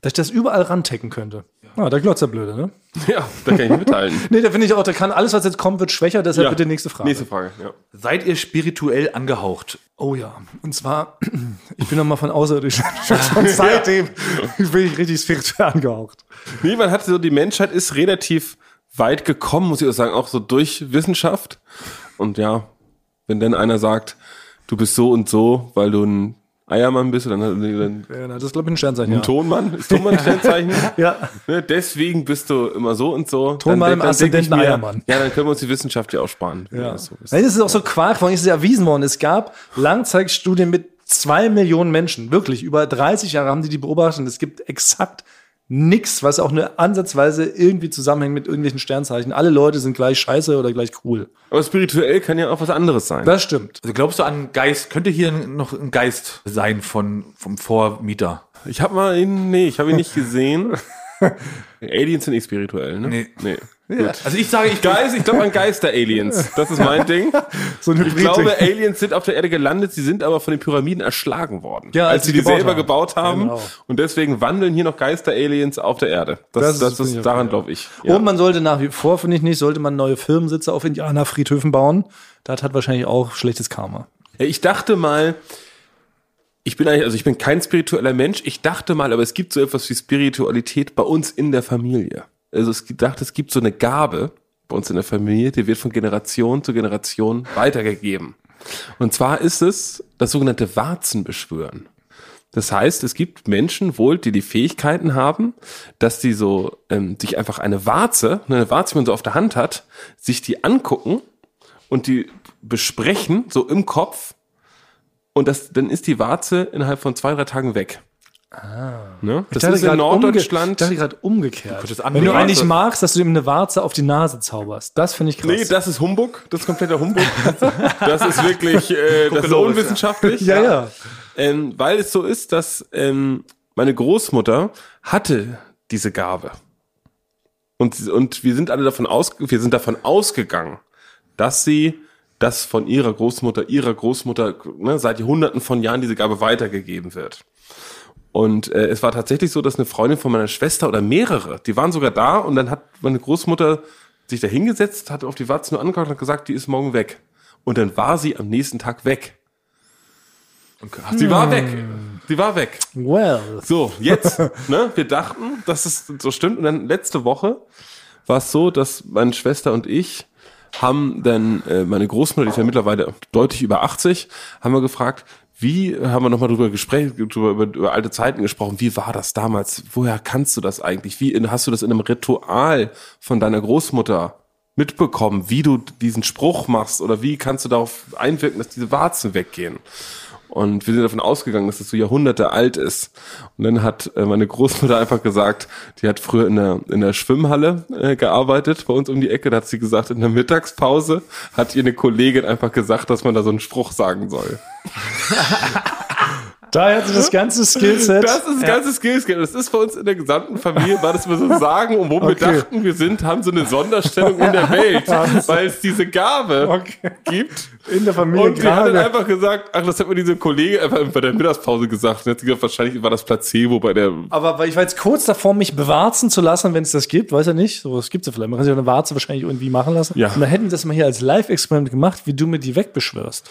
dass ich das überall rantecken könnte. Ah, der Glotzer blöde, ne? Ja, da kann ich mithalten. Nee, da finde ich auch, da kann alles, was jetzt kommt, wird schwächer, deshalb bitte nächste [laughs] Frage. Nächste Frage, ja. Seid ihr spirituell angehaucht? Oh ja, und zwar, [clears throat] ich bin nochmal von [laughs] außerirdischen. Schon seitdem [laughs] bin ich richtig spirituell angehaucht. Nee, man hat so, die Menschheit ist relativ weit gekommen, muss ich auch sagen, auch so durch Wissenschaft. Und ja, wenn dann einer sagt, du bist so und so, weil du ein Eiermann bist, oder dann, dann Ja, na, das ist, glaube ich, ein Sternzeichen. Ja. ein Tonmann, ist Tonmann ein Sternzeichen? [laughs] Ja. Ne, deswegen bist du immer so und so. Tonmann im denk ich Aszendenten Eiermann. Ja, dann können wir uns die Wissenschaft ja auch sparen. wenn Ja. das so ist. Nein, das ist auch so Quark, von ist es erwiesen worden. Es gab Langzeitstudien mit zwei Millionen Menschen. Wirklich, über 30 Jahre haben die die beobachtet und es gibt exakt nichts, was auch nur ansatzweise irgendwie zusammenhängt mit irgendwelchen Sternzeichen. Alle Leute sind gleich scheiße oder gleich cool. Aber spirituell kann ja auch was anderes sein. Das stimmt. Also glaubst du an einen Geist? Könnte hier noch ein Geist sein von, vom Vormieter? Ich habe mal ihn, nee, ich habe [laughs] ihn nicht gesehen. Aliens sind nicht spirituell, ne? Nee. nee. Also ich sage, ich Geist, ich glaube an Geister-Aliens. Das ist mein Ding. So ein Ich glaube, Aliens sind auf der Erde gelandet, sie sind aber von den Pyramiden erschlagen worden. Ja, als, als sie sie die gebaut selber haben. gebaut haben. Genau. Und deswegen wandeln hier noch Geister-Aliens auf der Erde. Das Das, das, ist- bin ich ist, auch daran glaube ich. Ja. Und man sollte nach wie vor, finde ich nicht, sollte man neue Firmensitze auf Indianerfriedhöfen bauen. Das hat wahrscheinlich auch schlechtes Karma. Ich dachte mal, ich bin eigentlich, also ich bin kein spiritueller Mensch. Ich dachte mal, aber es gibt so etwas wie Spiritualität bei uns in der Familie. Also es- ich dachte, es gibt so eine Gabe bei uns in der Familie, die wird von Generation zu Generation weitergegeben. Und zwar ist es das sogenannte Warzenbeschwören. Das heißt, es gibt Menschen wohl, die die Fähigkeiten haben, dass die so ähm, sich einfach eine Warze, ne, eine Warze, die man so auf der Hand hat, sich die angucken und die besprechen, so im Kopf. Und das, dann ist die Warze innerhalb von zwei, drei Tagen weg. Ah. Ne? Das ist in Ich Norddeutschland. dachte gerade umgekehrt. könntest Wenn du annehmen. eigentlich magst, dass du ihm eine Warze auf die Nase zauberst. Das finde ich krass. Nee, das ist Humbug, das ist [laughs] kompletter Humbug. Das ist wirklich, äh, das ist Kokolores, unwissenschaftlich. ja, ja. Ähm, weil es so ist, dass ähm, meine Großmutter hatte diese Gabe. Und, und wir sind alle davon aus, wir sind davon ausgegangen, dass sie das von ihrer Großmutter, ihrer Großmutter ne, seit Jahrhunderten von Jahren diese Gabe weitergegeben wird. Und äh, es war tatsächlich so, dass eine Freundin von meiner Schwester oder mehrere, die waren sogar da und dann hat meine Großmutter sich da hingesetzt, hat auf die Warze nur angeguckt und hat gesagt, die ist morgen weg. Und dann war sie am nächsten Tag weg. Und sie war weg. Sie war weg. Well. Hm. So, [laughs] jetzt, ne? Wir dachten, dass es so stimmt. Und dann letzte Woche war es so, dass meine Schwester und ich haben dann, äh, meine Großmutter, die ist ja mittlerweile deutlich über 80, haben wir gefragt, wie haben wir nochmal drüber gesprochen, drüber, über, über alte Zeiten gesprochen, wie war das damals? Woher kannst du das eigentlich? Wie in- hast du das in einem Ritual von deiner Großmutter mitbekommen, wie du diesen Spruch machst oder wie kannst du darauf einwirken, dass diese Warzen weggehen? Und wir sind davon ausgegangen, dass das so Jahrhunderte alt ist. Und dann hat äh, meine Großmutter einfach gesagt, die hat früher in der, in der Schwimmhalle äh, gearbeitet, bei uns um die Ecke. Da hat sie gesagt, in der Mittagspause hat ihr eine Kollegin einfach gesagt, dass man da so einen Spruch sagen soll. Daher hat sie das ganze Skillset. Das ist ein ganzes Skillsgame. Das ist bei uns in der gesamten Familie, war das immer so ein Sagen, und wo wir Okay. dachten, wir sind, haben so eine Sonderstellung [laughs] in der Welt, weil es diese Gabe Okay. gibt. in der Familie Und die hat dann einfach gesagt, ach, das hat mir diese Kollege einfach bei der Mittagspause gesagt. Und hat sie gesagt, wahrscheinlich war das Placebo bei der Aber weil ich war jetzt kurz davor, mich bewarzen zu lassen, wenn es das gibt, weiß ja nicht. So, das gibt es ja vielleicht. Man kann sich auch eine Warze wahrscheinlich irgendwie machen lassen. Ja. Und dann hätten wir das mal hier als Live-Experiment gemacht, wie du mir die wegbeschwörst.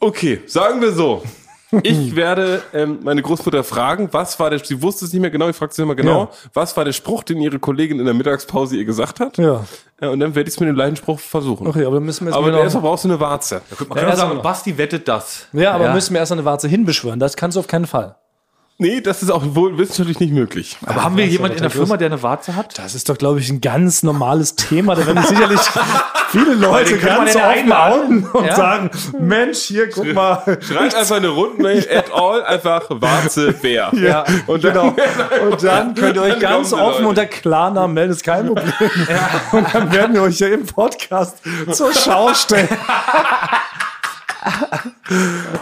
Okay, sagen wir so. [laughs] Ich werde ähm, meine Großmutter fragen, was war der, sie wusste es nicht mehr genau, ich fragte sie immer genau, Ja. was war der Spruch, den ihre Kollegin in der Mittagspause ihr gesagt hat? Ja. Ja, und dann werde ich es mit dem gleichen Spruch versuchen. Okay, aber dann müssen wir jetzt genau- Aber mal noch- erstmal brauchst du eine Warze. Man kann auch erst sagen, mal. Basti wettet das. Ja, aber müssen wir erst eine Warze hinbeschwören. Das kannst du auf keinen Fall. Nee, das ist auch wohl wissenschaftlich nicht möglich. Aber haben wir jemanden in der Firma, der eine Warze hat? Das ist doch, glaube ich, ein ganz normales Thema. Da [laughs] werden sicherlich viele Leute den kann man ganz ja offen einladen. outen und Ja. sagen, Mensch, hier, guck mal. Schreibt einfach eine Rundmail at all, einfach Warze [laughs] wer. [laughs] Ja, Und dann, genau. Und dann könnt ihr euch Dann ganz kommen die offen Leute. unter Klarnamen melden, ist kein [laughs] Problem. Und dann werden wir euch hier im Podcast zur Schau [laughs] stellen.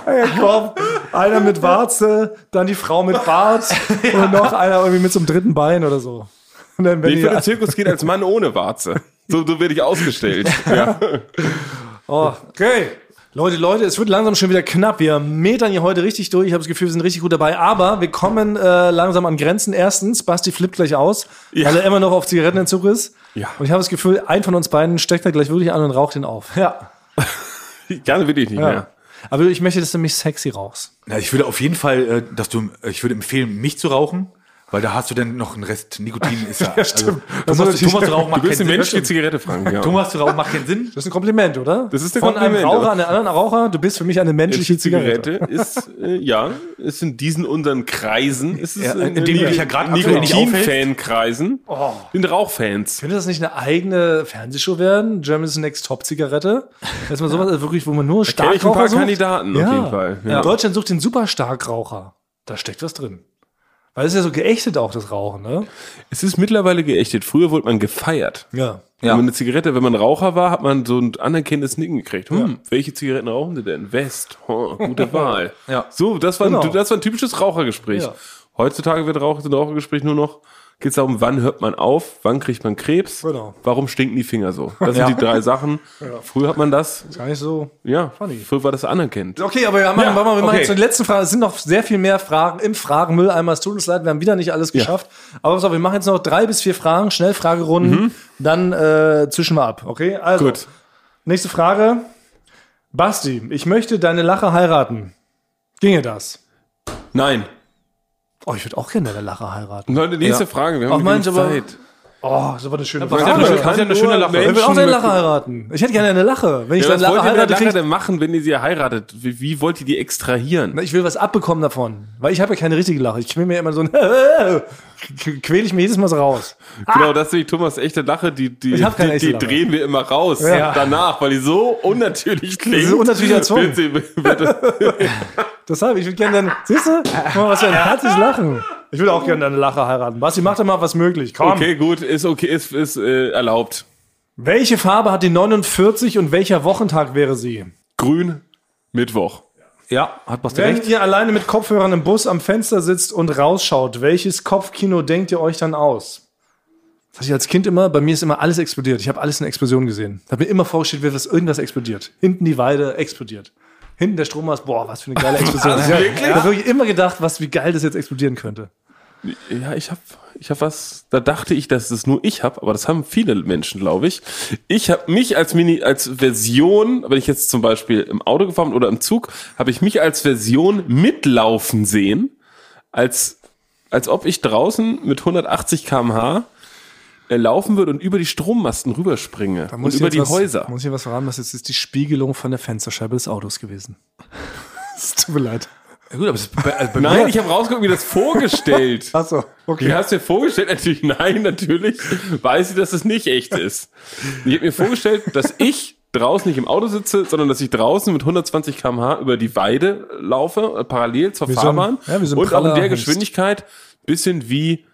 Ja, komm, einer mit Warze, dann die Frau mit [laughs] Bart und noch einer irgendwie mit so einem dritten Bein oder so. Und dann werden ich würde in den die, Zirkus gehen als Mann ohne Warze. So, so werde ich ausgestellt. Ja. oh, okay. Leute, Leute, es wird langsam schon wieder knapp. Wir metern hier heute richtig durch. Ich habe das Gefühl, wir sind richtig gut dabei. Aber wir kommen äh, langsam an Grenzen. Erstens, Basti flippt gleich aus, weil er immer noch auf Zigarettenentzug ist. Ja. Und ich habe das Gefühl, ein von uns beiden steckt da gleich wirklich an und raucht ihn auf. Ja. Gerne will ich nicht ja. mehr. Aber ich möchte, dass du mich sexy rauchst. Na, ich würde auf jeden Fall, äh, dass du, ich würde empfehlen, mich zu rauchen, weil da hast du dann noch einen Rest Nikotin. Ist [laughs] ja, stimmt. Das Also, Thomas, ist natürlich- Thomas zu rauchen macht Du keinen bist eine Sinn. menschliche Zigarette, Frank. Ja. Thomas zu rauchen macht keinen Sinn. Das ist ein Kompliment, oder? Das ist ein Von Kompliment, einem Raucher oder? an den anderen Raucher, du bist für mich eine menschliche Ist Zigarette. ist, äh, ja, ist in diesen unseren Kreisen, ist es Ja, in, in dem du dich ja gerade aktuell nicht aufhältst. Nikotin-Fan-Kreisen, sind Rauchfans. Könnte das nicht eine eigene Fernsehshow werden? Germany's Next Top Zigarette? Erstmal sowas, also wirklich, wo man nur Kenne ich ein Starkraucher paar sucht? Kandidaten auf jeden Fall. Ja. Deutschland sucht den super Starkraucher. Da steckt was drin. Weil es ist ja so geächtet auch, das Rauchen, ne? Es ist mittlerweile geächtet. Früher wurde man gefeiert. Ja. Ja. Wenn man eine Zigarette, wenn man Raucher war, hat man so ein anerkennendes Nicken gekriegt. Hm, welche Zigaretten rauchen sie denn? West, oh, [laughs] gute Wahl. Ja. So, das war, Genau. ein, das war ein typisches Rauchergespräch. Ja. Heutzutage wird Rauch, ein Rauchergespräch nur noch, geht es darum, wann hört man auf, wann kriegt man Krebs, Genau. warum stinken die Finger so. Das Ja. sind die drei Sachen. Früher hat man das, Gar nicht so. ja, Funny. früher war das anerkannt. Okay, aber wir machen, wir machen okay. jetzt die letzten Fragen. Es sind noch sehr viel mehr Fragen im Fragenmülleimer. Es tut uns leid, wir haben wieder nicht alles geschafft. Aber pass auf, wir machen jetzt noch drei bis vier Fragen, Schnellfragerunden. Dann äh, zwischen wir ab, okay? Also, Gut. nächste Frage. Basti, ich möchte deine Lache heiraten. Ginge das? Nein. Oh, ich würde auch gerne deine Lache heiraten. Leute, nächste Ja. Frage. Wir Auch haben meins, genug aber- Zeit. Oh, das war eine schöne ist ja Frage. eine Ich schöne- kann eine schöne Lache. will auch eine seine Lache heiraten. Ich hätte gerne eine Lache. Wenn ich Ja, dann was Lache wollt ihr mit der heirate, Lache krieg denn machen, wenn ihr sie heiratet? Wie, wie wollt ihr die extrahieren? Na, Ich will was abbekommen davon, weil ich habe ja keine richtige Lache. Ich quäle mir immer so ein [laughs] quäle ich mir jedes Mal so raus. Genau, das ist nämlich Thomas echte Lache, die, die, Ah. Ich hab keine die, echte die Lache. drehen wir immer raus Ja. danach, weil die so unnatürlich klingt. ist unnatürlich erzwungen. Wird sie- wird das- Deshalb, ich würde gerne dann, siehst du, Guck mal, was für ein herzliches Lachen. Ich würde auch gerne deine Lache heiraten. Basti, mach doch mal was möglich. Komm. okay, gut, ist okay, ist, ist äh, erlaubt. Welche Farbe hat die 49 und welcher Wochentag wäre sie? Grün, Mittwoch. Ja, hat Basti Wenn recht. ihr alleine mit Kopfhörern im Bus am Fenster sitzt und rausschaut, welches Kopfkino denkt ihr euch dann aus? Das hatte ich als Kind immer, bei mir ist immer alles explodiert. Ich habe alles in Explosion gesehen. Ich habe mir immer vorgestellt, wie was irgendwas explodiert. Hinten die Weide explodiert. Hinten der Stromast, boah, was für eine geile [laughs] Explosion. ja, wirklich? Ich habe Ah, wirklich immer gedacht, was, wie geil das jetzt explodieren könnte. Ja, ich habe ich hab was, da dachte ich, dass das nur ich habe, aber das haben viele Menschen, glaube ich. Ich habe mich als Mini, als Version, wenn ich jetzt zum Beispiel im Auto gefahren bin oder im Zug, habe ich mich als Version mitlaufen sehen, als, als ob ich draußen mit 180 kmh äh, laufen würde und über die Strommasten rüberspringe und über die was, Häuser. Muss ich was verraten, was jetzt ist die Spiegelung von der Fensterscheibe des Autos gewesen. [laughs] Es tut mir leid. Ja, gut, aber das, bei, also bei Nein, ich habe rausgeguckt, wie [laughs] das vorgestellt. Achso, Du hast mir vorgestellt, natürlich, nein, natürlich weiß ich, dass es [laughs] nicht echt ist. Ich habe mir vorgestellt, dass ich draußen nicht im Auto sitze, sondern dass ich draußen mit 120 km/h über die Weide laufe, äh, parallel zur Wie so ein- Fahrbahn ja, wie so ein und auch in der Prallerhengst. Geschwindigkeit bisschen wie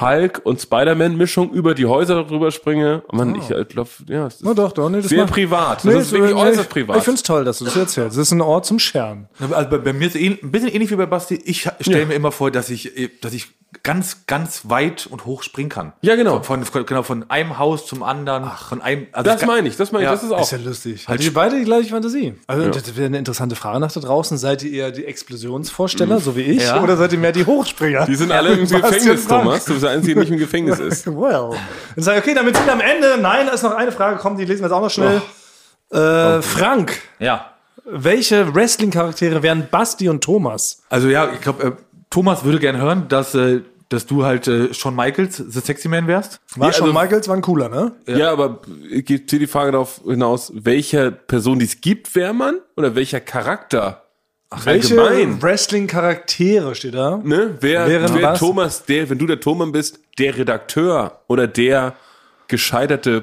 Hulk und Spider-Man-Mischung über die Häuser drüber springe. Oh Mann, ich äh, glaub, ja, es ist Na doch, doch, nee, das sehr macht- privat. Das Nee, ist wirklich nee, äußerst ich- privat. Ich finde es toll, dass du das erzählst. Das ist ein Ort zum Scheren. Also bei, bei mir ist es ähn- ein bisschen ähnlich wie bei Basti. Ich stelle mir immer vor, dass ich, äh, dass ich ganz, ganz weit und hoch springen kann. Ja, genau. Von, von, genau, von einem Haus zum anderen. von einem, also das kann- meine ich, das meine ich, Ja, das ist auch. Ist ja lustig. Halt ihr beide die gleiche Fantasie. Also, Ja. das wäre eine interessante Frage nach da draußen. Seid ihr eher die Explosionsvorsteller, so wie ich? Ja. Oder seid ihr mehr die Hochspringer? Mhm. die [laughs] sind alle im Sebastian Gefängnis, Frank. Thomas. Du bist der Einzige, der nicht [laughs] im Gefängnis ist. Well. Dann sag ich, okay, damit sind wir am Ende. Nein, da ist noch eine Frage. Komm, die lesen wir jetzt auch noch schnell. Oh. Äh, Frank, Ja. welche Wrestling-Charaktere wären Basti und Thomas? Also ja, ich glaube, äh, Thomas würde gern hören, dass, äh, dass du halt äh, Shawn Michaels The Sexy Man wärst. War Ja, schon also- Michaels, war ein cooler, ne? Ja, aber geht hier die Frage darauf hinaus, welcher Person, die es gibt, wäre man? Oder welcher Charakter? Ach, allgemein. Wrestling-Charaktere steht da? Ne? Wer, Wären wer was? Thomas, der, wenn du der Thomas bist, der Redakteur oder der gescheiterte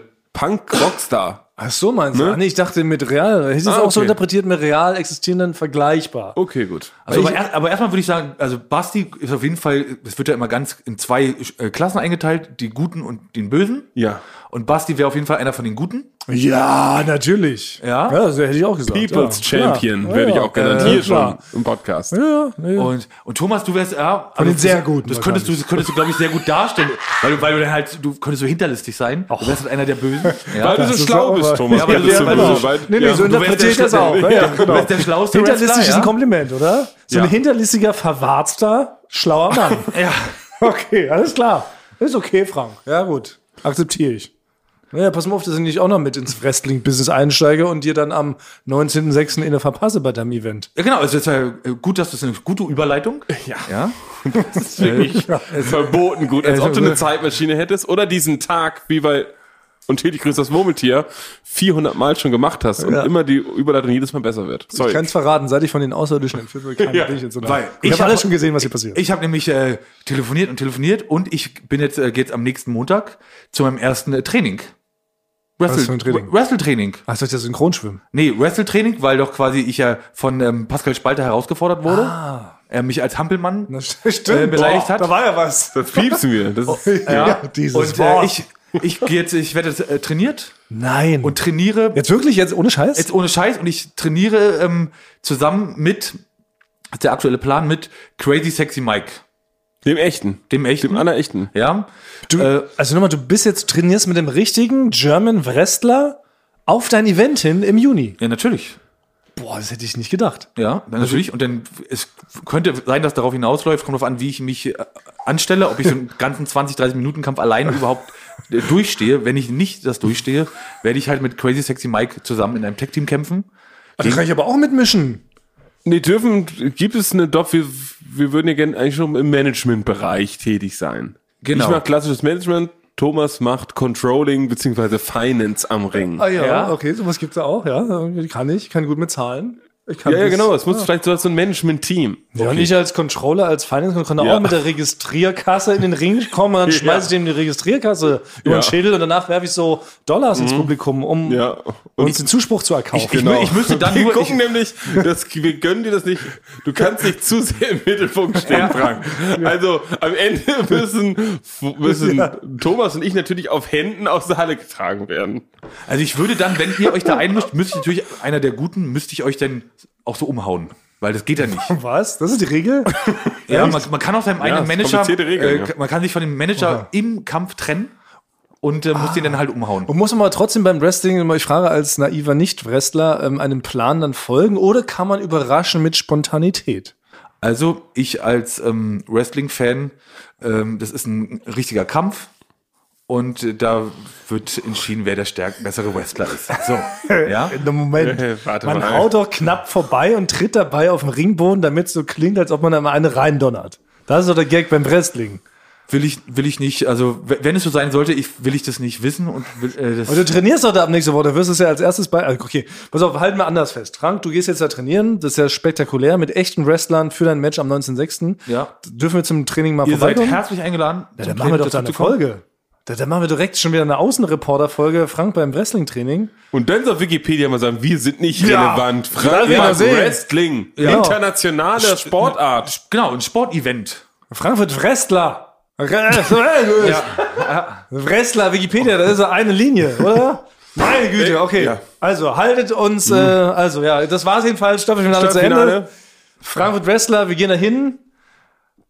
Punk-Rockstar? Ach so, meinst du? Ah, nee, ich dachte mit real. Ich hätte es Ah, auch so okay. interpretiert mit real existierenden vergleichbar. Okay, gut. Also, aber, ich- erst, aber erstmal würde ich sagen, also Basti ist auf jeden Fall, es wird ja immer ganz in zwei äh, Klassen eingeteilt, die Guten und den Bösen. Ja. Und Basti wäre auf jeden Fall einer von den Guten. Ja, natürlich. Ja? ja das hätte ich auch gesagt. People's ja, klar. Champion Ja, werde ich ja, auch genannt. ja, Hier schon klar. im Podcast. Ja, nee. Und, und Thomas, du wärst ja. Von den sehr Guten Das könntest du, das könntest du, glaube ich, sehr gut darstellen. Weil du, weil du dann halt, du könntest so hinterlistig sein. Du wärst halt einer der Bösen. Ja. Weil du Das so ist schlau aber- bist, Thomas. Ja, aber Ja, du- bist du weil so du- weit- Nee, nee, ja. so du wärst interpretiere ich der das auch. Schnelle. Ja, ja, Ja, du genau. wärst der schlauste Hinterlistig Wrestler, ist ein ja? Kompliment, oder? So ein Ja. hinterlistiger, verwarzter, schlauer [laughs] Mann. Ja. okay, alles klar. Ist okay, Frank. Ja, gut. Akzeptiere ich. Naja, pass mal auf, dass ich nicht auch noch mit ins Wrestling-Business einsteige und dir dann am 19.06. eine verpasse bei deinem Event. ja, genau. Also, es ist ja äh, gut, dass das eine gute Überleitung. Ja. ja? Äh, Das finde ich verboten gut, als ob du eine Zeitmaschine hättest oder diesen Tag, wie bei und täglich grüßt das Murmeltier 400 Mal schon gemacht hast und Ja. immer die Überleitung jedes Mal besser wird. Ich Sorry. kann es verraten, seit ich von den Außerirdischen entführt wurde, kann Ja, bin ich jetzt so nah. weil Ich ich habe hab- alles schon gesehen, was hier passiert. Ich habe nämlich äh, telefoniert und telefoniert und ich bin jetzt, äh, geht's am nächsten Montag zu meinem ersten äh, Training. Wrestle, für ein Training? Wrestle-Training. Ach, das ist ja Synchronschwimmen. Nee, Wrestle-Training, weil doch quasi ich ja von ähm, Pascal Spalter herausgefordert wurde. Er mich als Hampelmann Ne. Stimmt, äh, beleidigt hat. Da war ja [laughs] was. Das piepsen wir. Das ist, Ja, dieses und äh, ich, ich gehe jetzt, ich werde jetzt äh, trainiert Nein. und trainiere jetzt wirklich, jetzt ohne Scheiß? jetzt ohne Scheiß und ich trainiere ähm, zusammen mit ist der aktuelle Plan mit Crazy Sexy Mike, dem echten. dem echten. Dem anderen echten. ja. du, äh, also nochmal, du bist jetzt, trainierst mit dem richtigen German Wrestler auf dein Event hin im Juni. ja, natürlich. Boah, das hätte ich nicht gedacht. Ja, dann natürlich. Und dann es könnte sein, dass darauf hinausläuft, kommt darauf an, wie ich mich äh, anstelle, ob ich so einen ganzen 20, 30 Minuten Kampf alleine überhaupt äh, durchstehe. Wenn ich nicht das durchstehe, werde ich halt mit Crazy Sexy Mike zusammen in einem Tech-Team kämpfen. Da kann ich aber auch mitmischen. Nee, dürfen, gibt es eine Dopp, wir, wir würden ja gerne eigentlich schon im Managementbereich tätig sein. Genau. Ich mache klassisches Management, Thomas macht Controlling bzw. Finance am Ring. Ah ja, Ja. okay, sowas gibt's ja auch, ja. Kann ich, kann gut mit Zahlen. Ich kann Ja, ja, das- genau. Es muss vielleicht so so ein Management-Team. Ja, und ich als Controller, als Finance kann Ja. auch mit der Registrierkasse in den Ring kommen, [laughs] dann schmeiße ich dem die Registrierkasse über Ja. Mhm. den Schädel und danach werfe ich so Dollars ins Publikum, um Ja. Und uns den Zuspruch zu erkaufen. Ich, mü- ich müsste [laughs] dann Genau. wir nur, ich, gucken nämlich, das, wir gönnen dir das nicht. Du kannst nicht zu sehr im Mittelpunkt stehen, Frank. Also am [laughs] Ende müssen, müssen Thomas und ich natürlich auf Händen aus der Halle getragen werden. also ich würde dann, wenn ihr euch da einmischt, müsste ich natürlich, einer der Guten, müsste ich euch dann auch so umhauen. Weil das geht ja nicht. [laughs] Was? Das ist die Regel? Ja, man, man kann auch seinem eigenen ist Manager, komplizierte Regeln, äh, ja. man kann sich von dem Manager im Kampf trennen und äh, muss den dann halt umhauen. Und muss man aber trotzdem beim Wrestling, immer, ich frage als naiver Nicht-Wrestler, ähm, einem Plan dann folgen oder kann man überraschen mit Spontanität? Also ich als ähm, Wrestling-Fan, ähm, das ist ein richtiger Kampf und äh, da wird entschieden, wer der stärk bessere Wrestler ist. [laughs] So, ja. Na, Moment, Äh, warte man mal. haut doch knapp vorbei und tritt dabei auf den Ringboden, damit es so klingt, als ob man einmal eine reindonnert. Das ist doch der Gag beim Wrestling. Will ich, will ich nicht, also w- wenn es so sein sollte, ich, will ich das nicht wissen und will, äh, das, Und du trainierst doch da ab nächste Woche, da wirst du es ja als erstes bei. also, Okay, pass auf, halten wir anders fest. Frank, du gehst jetzt da trainieren, das ist ja spektakulär, mit echten Wrestlern für dein Match am 19.06. Ja. Dürfen wir zum Training mal ihr seid vorbeikommen? herzlich eingeladen. Ja, zum dann machen wir doch dazu da eine zu kommen. Folge. Da, dann machen wir direkt schon wieder eine Außenreporter-Folge, Frank beim Wrestling-Training. Und dann soll Wikipedia mal sagen, wir sind nicht Ja. relevant. Das Frank will man macht sehen. Wrestling. Ja. Internationale Sportart. Genau, ein Sportevent. Frank wird Wrestler. [laughs] Wrestler, Wikipedia, das ist ja eine Linie, oder? Meine Güte, okay. Ja. Also haltet uns, äh, also ja, das war's jedenfalls, Staffelfinale zu Ende. Stadtfinale. Frankfurt Wrestler, wir gehen da hin.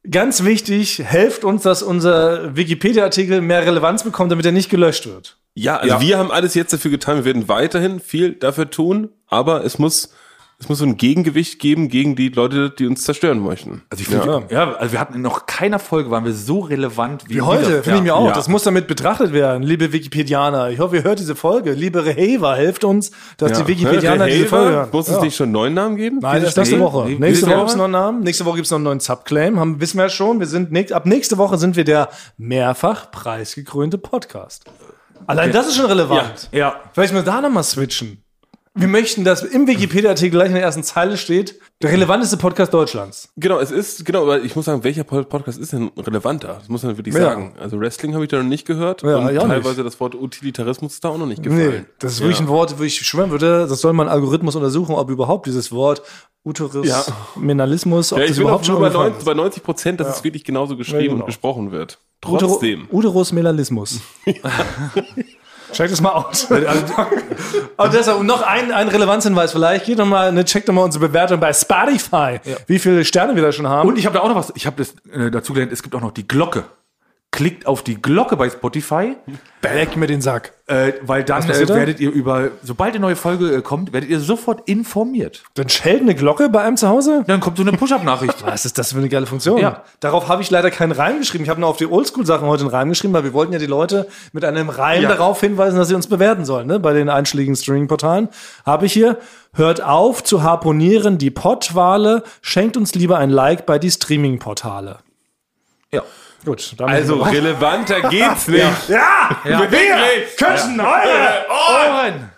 Ganz wichtig, helft uns, dass unser Wikipedia-Artikel mehr Relevanz bekommt, damit er nicht gelöscht wird. Ja, also Ja. wir haben alles jetzt dafür getan. Wir werden weiterhin viel dafür tun, aber es muss, es muss so ein Gegengewicht geben gegen die Leute, die uns zerstören möchten. Also ich finde, ja. also wir hatten in noch keiner Folge, waren wir so relevant wie, Wie heute, dieser. finde ich mir auch. ja. Das muss damit betrachtet werden, liebe Wikipedianer. Ich hoffe, ihr hört diese Folge. Liebe Rehever, helft uns, dass die Wikipedianer Der diese Helfer, Folge hören. Muss es Ja. nicht schon einen neuen Namen geben? Nein, das ist nächste Nee, Woche. nee, nächste nächste Woche Woche? gibt's noch einen Namen. Nächste Woche gibt's noch einen neuen Subclaim. Haben, wissen wir ja schon. Wir sind nächst, ab nächste Woche sind wir der mehrfach preisgekrönte Podcast. Allein das ist schon relevant. Ja. Vielleicht mal da nochmal switchen. Wir möchten, dass im Wikipedia-Artikel gleich in der ersten Zeile steht, der relevanteste Podcast Deutschlands. Genau, es ist, genau, aber ich muss sagen, welcher Pod- Podcast ist denn relevanter? Das muss man wirklich Ja. sagen. Also Wrestling habe ich da noch nicht gehört Ja, und ich auch nicht. teilweise das Wort Utilitarismus ist da auch noch nicht gefallen. das ist wirklich ein Wort, wo ich schwören würde, das soll man Algorithmus untersuchen, ob überhaupt dieses Wort Ja. Uterisminalismus, ob Ja, das ich bin auch überhaupt schon schon bei umgefallen 90, bei 90 Prozent, dass es wirklich genauso geschrieben genau. und gesprochen wird. Utero- Trotzdem. [laughs] Uterusmelalismus. Checkt es mal [laughs] aus. Und deshalb noch ein, ein Relevanzhinweis vielleicht. Geht noch mal, ne, checkt doch mal unsere Bewertung bei Spotify. Wie viele Sterne wir da schon haben. Und ich habe da auch noch was, ich habe das äh, dazu gelernt, es gibt auch noch die Glocke. Klickt auf die Glocke bei Spotify, weg mit den Sack. äh, weil dann äh, passiert da? werdet ihr über, sobald eine neue Folge äh, kommt, werdet ihr sofort informiert. Dann schellt eine Glocke bei einem zu Hause? Dann kommt so eine [laughs] Push-Up-Nachricht. Was ist das für eine geile Funktion? Ja. Darauf habe ich leider keinen Reim geschrieben. Ich habe nur auf die Oldschool-Sachen heute einen Reim geschrieben, weil wir wollten ja die Leute mit einem Reim Ja. darauf hinweisen, dass sie uns bewerten sollen. Ne? Bei den einschlägigen Streaming-Portalen habe ich hier, hört auf zu harponieren die Pottwale, schenkt uns lieber ein Like bei die Streaming-Portale. ja. Gut, damit Also relevanter geht's nicht. ja, Ja. Wirklich? Köchen, ja. Ohren!